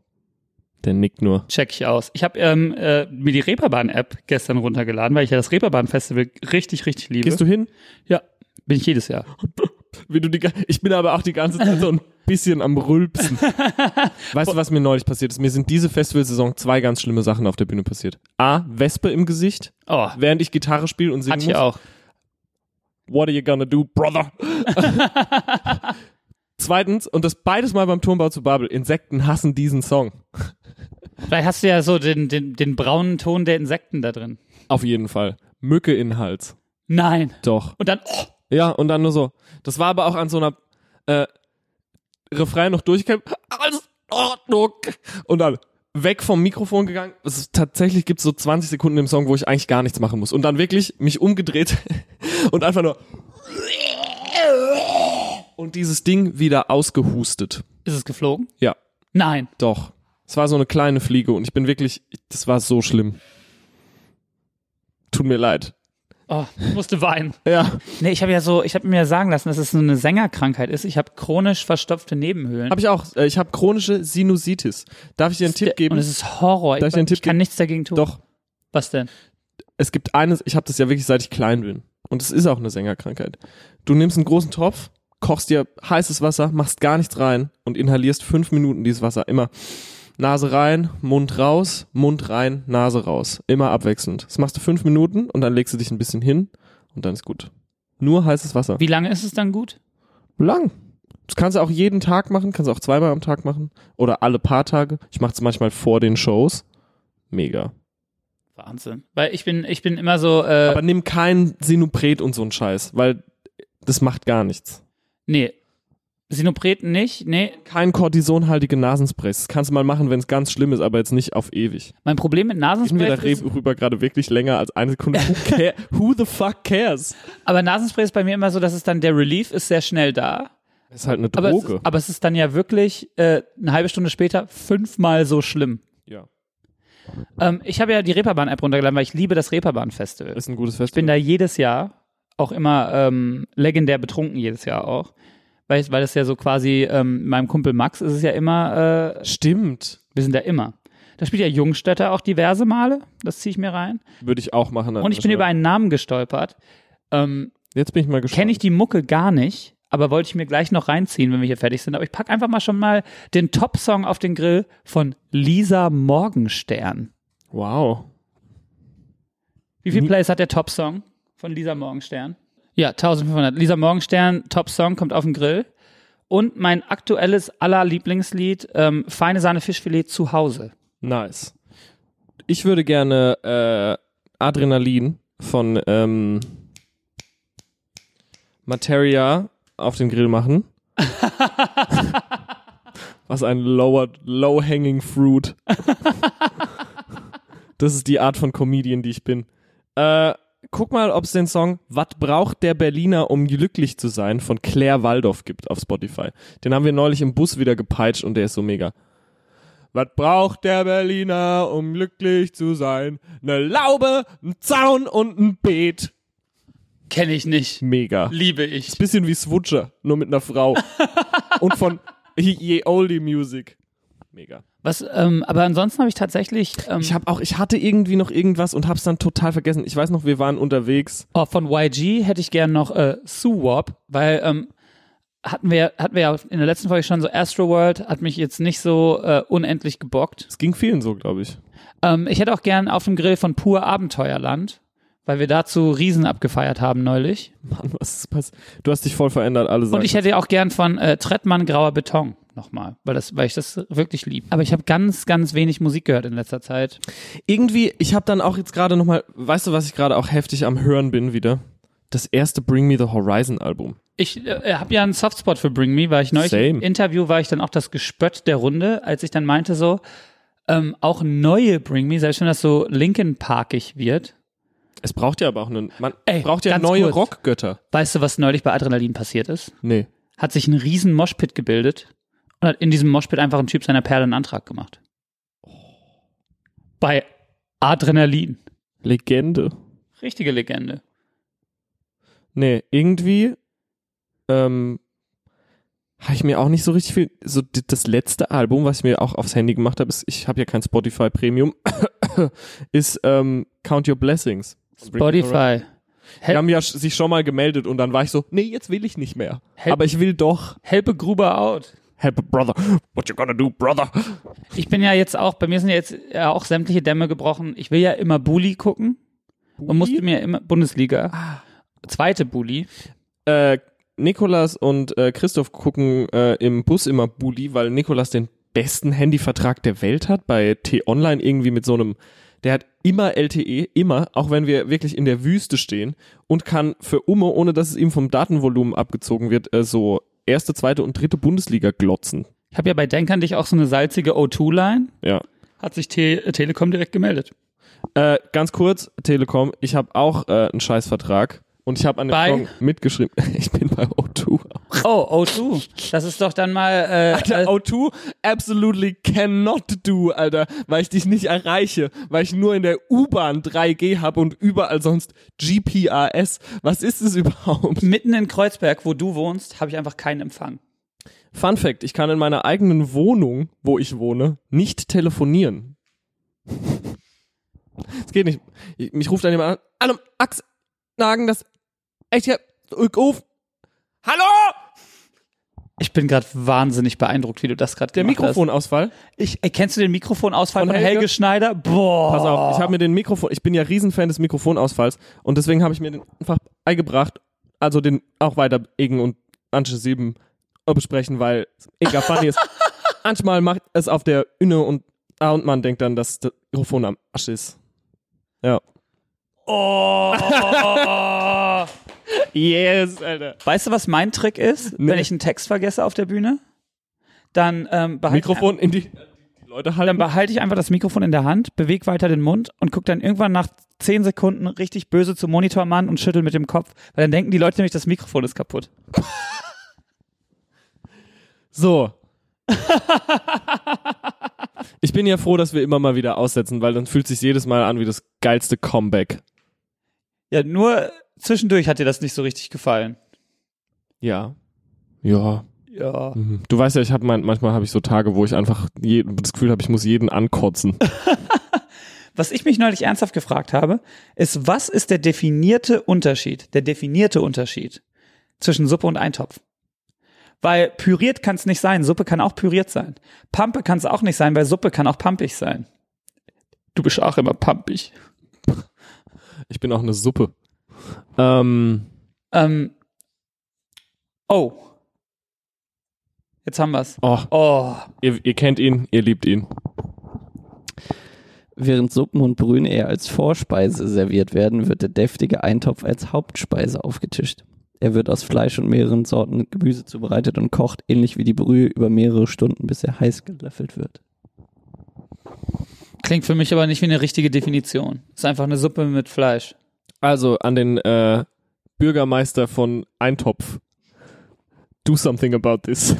S2: Der nickt nur.
S1: Check ich aus. Ich habe ähm, äh, mir die Reeperbahn-App gestern runtergeladen, weil ich ja das Reeperbahn-Festival richtig, richtig liebe.
S2: Gehst du hin?
S1: Ja, bin ich jedes Jahr.
S2: Wie du die, ga- ich bin aber auch die ganze Zeit so ein bisschen am Rülpsen. Weißt du, was mir neulich passiert ist? Mir sind diese Festivalsaison zwei ganz schlimme Sachen auf der Bühne passiert. A, Wespe im Gesicht,
S1: Oh,
S2: während ich Gitarre spiele und singen
S1: hatte ich
S2: muss.
S1: auch.
S2: What are you gonna do, brother? Zweitens, und das beides mal beim Turmbau zu Babel, Insekten hassen diesen Song.
S1: Vielleicht hast du ja so den, den, den braunen Ton der Insekten da drin.
S2: Auf jeden Fall. Mücke in den Hals.
S1: Nein.
S2: Doch.
S1: Und dann, oh,
S2: Ja, und dann nur so. Das war aber auch an so einer äh, Refrain noch durchgekämpft. Alles in Ordnung. Und dann weg vom Mikrofon gegangen. Es ist, tatsächlich gibt's so 20 Sekunden im Song, wo ich eigentlich gar nichts machen muss. Und dann wirklich mich umgedreht und einfach nur. Und dieses Ding wieder ausgehustet.
S1: ist es geflogen?
S2: Ja,
S1: Nein.
S2: doch. Es war so eine kleine Fliege und ich bin wirklich. Das war so schlimm. Tut mir leid.
S1: Oh, musste weinen.
S2: Ja.
S1: Nee, ich habe ja so, ich habe mir sagen lassen, dass es so eine Sängerkrankheit ist. Ich habe chronisch verstopfte Nebenhöhlen.
S2: Hab ich auch. Äh, Ich habe chronische Sinusitis. Darf ich dir einen Tipp geben?
S1: Und es ist Horror.
S2: Darf ich dir einen
S1: ich
S2: Tipp
S1: kann
S2: geben?
S1: nichts dagegen tun.
S2: Doch,
S1: Was denn?
S2: es gibt eines, ich habe das ja wirklich seit ich klein bin. Und es ist auch eine Sängerkrankheit. Du nimmst einen großen Topf, kochst dir heißes Wasser, machst gar nichts rein und inhalierst fünf Minuten dieses Wasser. Immer Nase rein, Mund raus, Mund rein, Nase raus. Immer abwechselnd. Das machst du fünf Minuten und dann legst du dich ein bisschen hin und dann ist gut. Nur heißes Wasser.
S1: Wie lange ist es dann gut?
S2: Lang. Das kannst du auch jeden Tag machen, kannst du auch zweimal am Tag machen oder alle paar Tage. Ich mache es manchmal vor den Shows. Mega.
S1: Wahnsinn. Weil ich bin, ich bin immer so, äh,
S2: Aber nimm kein Sinupret und so einen Scheiß, weil das macht gar nichts.
S1: Nee. Sinopreten nicht? Nee.
S2: Kein kortisonhaltige Nasensprays. Das kannst du mal machen, wenn es ganz schlimm ist, aber jetzt nicht auf ewig.
S1: Mein Problem mit
S2: Ich mir da
S1: Nasenspray ist,
S2: rüber gerade wirklich länger als eine Sekunde. Who, care, who the fuck cares?
S1: aber Nasenspray ist bei mir immer so, dass es dann, der Relief ist sehr schnell da.
S2: Ist halt eine
S1: Aber, es
S2: Droge.
S1: ist, aber es ist dann ja wirklich äh, eine halbe Stunde später fünfmal so schlimm.
S2: ja.
S1: Ähm, ich habe ja die Reeperbahn-App runtergeladen, weil ich liebe das Reeperbahn-Festival.
S2: Ist ein gutes
S1: Ich bin
S2: Festival.
S1: da jedes Jahr auch immer ähm, legendär betrunken, jedes Jahr auch. Weil, weil das ja so quasi, ähm, meinem Kumpel Max ist es ja immer, äh,
S2: Stimmt.
S1: wir sind da immer. Da spielt ja Jungstädter auch diverse Male, das ziehe ich mir rein.
S2: Würde ich auch machen. dann
S1: Und ich bin über einen Namen gestolpert. Ähm,
S2: Jetzt bin ich mal gespannt.
S1: Kenne ich die Mucke gar nicht, aber wollte ich mir gleich noch reinziehen, wenn wir hier fertig sind. Aber ich packe einfach mal schon mal den Top-Song auf den Grill von Lisa Morgenstern.
S2: Wow.
S1: Wie viele
S2: Mhm.
S1: Plays hat der Top-Song von Lisa Morgenstern? Ja, 1500. Lisa Morgenstern, Top-Song, kommt auf den Grill. Und mein aktuelles aller Lieblingslied, ähm, Feine Sahne Fischfilet zu Hause.
S2: Nice. Ich würde gerne äh, Adrenalin von ähm, Materia auf den Grill machen. Was ein lower, low-hanging fruit. das ist die Art von Comedian, die ich bin. Äh, guck mal, ob es den Song Was braucht der Berliner, um glücklich zu sein von Claire Waldorf gibt auf Spotify. Den haben wir neulich im Bus wieder gepeitscht und der ist so mega. Was braucht der Berliner, um glücklich zu sein? Eine Laube, ein Zaun und ein Beet.
S1: Kenne ich nicht.
S2: Mega.
S1: Liebe ich.
S2: Bisschen wie Swutcher, nur mit einer Frau. und von Ye Oldie Music. Mega.
S1: Was, ähm, aber ansonsten habe ich tatsächlich ähm,
S2: Ich habe auch, ich hatte irgendwie noch irgendwas und hab's dann total vergessen. Ich weiß noch, wir waren unterwegs.
S1: oh, von YG hätte ich gern noch äh, Suwop, weil ähm, hatten wir hatten wir ja in der letzten Folge schon so Astroworld hat mich jetzt nicht so äh, unendlich gebockt.
S2: Es ging vielen so, glaube ich.
S1: Ähm, ich hätte auch gern auf dem Grill von Pur Abenteuerland, weil wir dazu Riesen abgefeiert haben neulich.
S2: Mann, was ist passiert? Du hast dich voll verändert, alle
S1: Und
S2: sagen.
S1: ich hätte auch gern von äh, Trettmann Grauer Beton nochmal, weil, das, weil ich das wirklich liebe. Aber ich habe ganz, ganz wenig Musik gehört in letzter Zeit.
S2: irgendwie, ich habe dann auch jetzt gerade nochmal, weißt du, was ich gerade auch heftig am Hören bin wieder? Das erste Bring Me the Horizon Album.
S1: Ich äh, habe ja einen Softspot für Bring Me, weil ich neulich
S2: Same.
S1: im Interview war ich dann auch das Gespött der Runde, als ich dann meinte so, ähm, auch neue Bring Me, selbst wenn das so Linkin Parkig wird.
S2: Es braucht ja aber auch einen. Man
S1: Ey,
S2: braucht ja
S1: ganz
S2: neue
S1: kurz.
S2: Rockgötter.
S1: Weißt du, was neulich bei Adrenalin passiert ist?
S2: Nee.
S1: Hat sich ein riesen Moshpit gebildet und hat in diesem Moshpit einfach ein Typ seiner Perle einen Antrag gemacht. Bei Adrenalin.
S2: Legende.
S1: Richtige Legende.
S2: Nee, irgendwie ähm, habe ich mir auch nicht so richtig viel. So d- das letzte Album, was ich mir auch aufs Handy gemacht habe, ist, ich habe ja kein Spotify Premium, ist ähm, Count Your Blessings.
S1: Spotify.
S2: Die haben ja sch- sich schon mal gemeldet und dann war ich so, nee, jetzt will ich nicht mehr.
S1: Help-
S2: Aber ich will doch.
S1: Helpe Gruber out.
S2: Help a brother. What you gonna do, brother?
S1: Ich bin ja jetzt auch, bei mir sind ja jetzt ja auch sämtliche Dämme gebrochen. Ich will ja immer Bully gucken und musste mir immer Bundesliga.
S2: Ah.
S1: Zweite Bully.
S2: äh, Nikolas und äh, Christoph gucken äh, im Bus immer Bulli, weil Nikolas den besten Handyvertrag der Welt hat bei T-Online irgendwie mit so einem der hat immer LTE, immer, auch wenn wir wirklich in der Wüste stehen und kann für Umme, ohne dass es ihm vom Datenvolumen abgezogen wird, äh, so erste, zweite und dritte Bundesliga glotzen.
S1: Ich habe ja bei Denk an dich auch so eine salzige O2-Line.
S2: Ja.
S1: Hat sich Te äh, Telekom direkt gemeldet.
S2: Äh, ganz kurz, Telekom, ich habe auch äh, einen Scheißvertrag und ich habe an dem
S1: Bei?
S2: Song mitgeschrieben. Ich bin bei O2.
S1: Oh, O2. Das ist doch dann mal. Äh,
S2: Alter, O2 absolutely cannot do, Alter, weil ich dich nicht erreiche, weil ich nur in der U-Bahn 3G habe und überall sonst GPRS. Was ist es überhaupt?
S1: mitten in Kreuzberg, wo du wohnst, habe ich einfach keinen Empfang.
S2: Fun Fact, ich kann in meiner eigenen Wohnung, wo ich wohne, nicht telefonieren. Es geht nicht. Ich, mich ruft dann jemand an. Hallo, Ax, Nagen, das echt hier zurückruf. Hallo!
S1: Ich bin gerade wahnsinnig beeindruckt, wie du das gerade
S2: Der
S1: gemacht hast.
S2: Mikrofonausfall.
S1: Ich, ey, kennst du den Mikrofonausfall
S2: Von
S1: von,
S2: Helge?
S1: Helge? Schneider? Boah.
S2: Pass auf, ich habe mir den Mikrofon, ich bin ja Riesenfan des Mikrofonausfalls und deswegen habe ich mir den einfach beigebracht, also den auch weiter Egen und Anche 7 besprechen, weil es mega funny ist. Manchmal macht es auf der Inne und, ah, und man denkt dann, dass das Mikrofon am Arsch ist. Ja.
S1: Oh.
S2: Yes, Alter.
S1: Weißt du, was mein Trick ist,
S2: Nee.
S1: wenn ich einen Text vergesse auf der Bühne? Dann ähm, behalte
S2: Mikrofon in die, die Leute
S1: dann
S2: halten.
S1: behalte ich einfach das Mikrofon in der Hand, bewege weiter den Mund und gucke dann irgendwann nach zehn Sekunden richtig böse zum Monitormann und schüttel mit dem Kopf, weil dann denken die Leute nämlich, das Mikrofon ist kaputt.
S2: So. ich bin ja froh, dass wir immer mal wieder aussetzen, weil dann fühlt sich jedes Mal an wie das geilste Comeback.
S1: Ja, nur zwischendurch hat dir das nicht so richtig gefallen.
S2: Ja. Ja.
S1: Ja.
S2: Mhm. Du weißt ja, ich habe mein, manchmal habe ich so Tage, wo ich einfach je, das Gefühl habe, ich muss jeden ankotzen.
S1: Was ich mich neulich ernsthaft gefragt habe, ist, was ist der definierte Unterschied, der definierte Unterschied zwischen Suppe und Eintopf? Weil püriert kann es nicht sein, Suppe kann auch püriert sein. Pampe kann es auch nicht sein, weil Suppe kann auch pampig sein. Du bist auch immer pampig.
S2: Ich bin auch eine Suppe. Ähm,
S1: Ähm, oh. Jetzt haben wir's.
S2: oh,
S1: Oh.
S2: ihr, ihr kennt ihn, ihr liebt ihn.
S3: Während Suppen und Brühen eher als Vorspeise serviert werden, wird der deftige Eintopf als Hauptspeise aufgetischt. Er wird aus Fleisch und mehreren Sorten Gemüse zubereitet und kocht ähnlich wie die Brühe über mehrere Stunden, bis er heiß gelöffelt wird.
S1: Klingt für mich aber nicht wie eine richtige Definition. Ist einfach eine Suppe mit Fleisch.
S2: Also an den äh, Bürgermeister von Eintopf. Do something about this.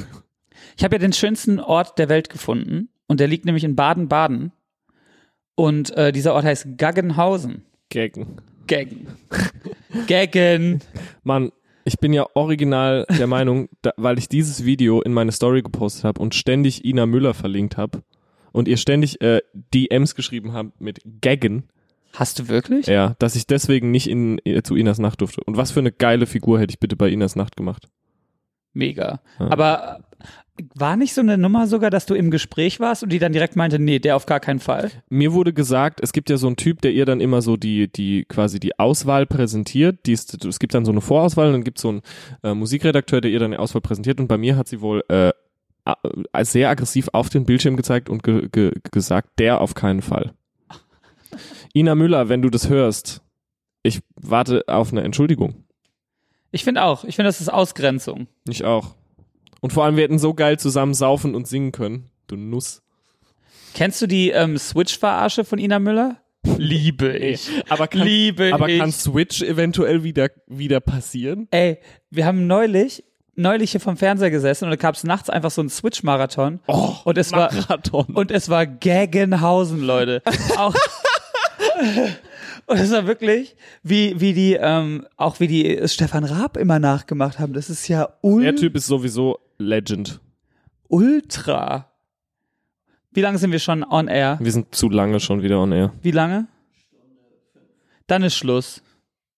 S1: Ich habe ja den schönsten Ort der Welt gefunden und der liegt nämlich in Baden-Baden. Und äh, dieser Ort heißt Gaggenhausen.
S2: Gaggen.
S1: Gaggen. Gaggen.
S2: Mann, ich bin ja original der Meinung, da, weil ich dieses Video in meine Story gepostet habe und ständig Ina Müller verlinkt habe und ihr ständig äh, DMs geschrieben habt mit Gaggen,
S1: Hast du wirklich?
S2: ja, dass ich deswegen nicht in, äh, zu Inas Nacht durfte. Und was für eine geile Figur hätte ich bitte bei Inas Nacht gemacht.
S1: Mega.
S2: Ja.
S1: Aber äh, war nicht so eine Nummer sogar, dass du im Gespräch warst und die dann direkt meinte, nee, der auf gar keinen Fall?
S2: Mir wurde gesagt, es gibt ja so einen Typ, der ihr dann immer so die, die quasi die Auswahl präsentiert. Die ist, es gibt dann so eine Vorauswahl und dann gibt es so einen äh, Musikredakteur, der ihr dann die Auswahl präsentiert. Und bei mir hat sie wohl äh, a- äh, sehr aggressiv auf den Bildschirm gezeigt und ge ge gesagt, der auf keinen Fall. Ina Müller, wenn du das hörst, ich warte auf eine Entschuldigung.
S1: Ich finde auch. Ich finde, das ist Ausgrenzung.
S2: Ich auch. Und vor allem, wir hätten so geil zusammen saufen und singen können. Du Nuss.
S1: Kennst du die ähm, Switch-Verarsche von Ina Müller? Liebe ich.
S2: Aber kann,
S1: Liebe
S2: aber
S1: ich.
S2: kann Switch eventuell wieder, wieder passieren?
S1: Ey, wir haben neulich, neulich hier vom Fernseher gesessen und da gab es nachts einfach so einen Switch-Marathon.
S2: Oh,
S1: und es war
S2: Marathon.
S1: und es war Gaggenhausen, Leute. Auch und es war wirklich, wie, wie die, ähm, auch wie die Stefan Raab immer nachgemacht haben. Das ist ja
S2: der
S1: ul
S2: Typ ist sowieso Legend.
S1: ultra. Wie lange sind wir schon on air?
S2: Wir sind zu lange schon wieder on air.
S1: Wie lange? Dann ist Schluss.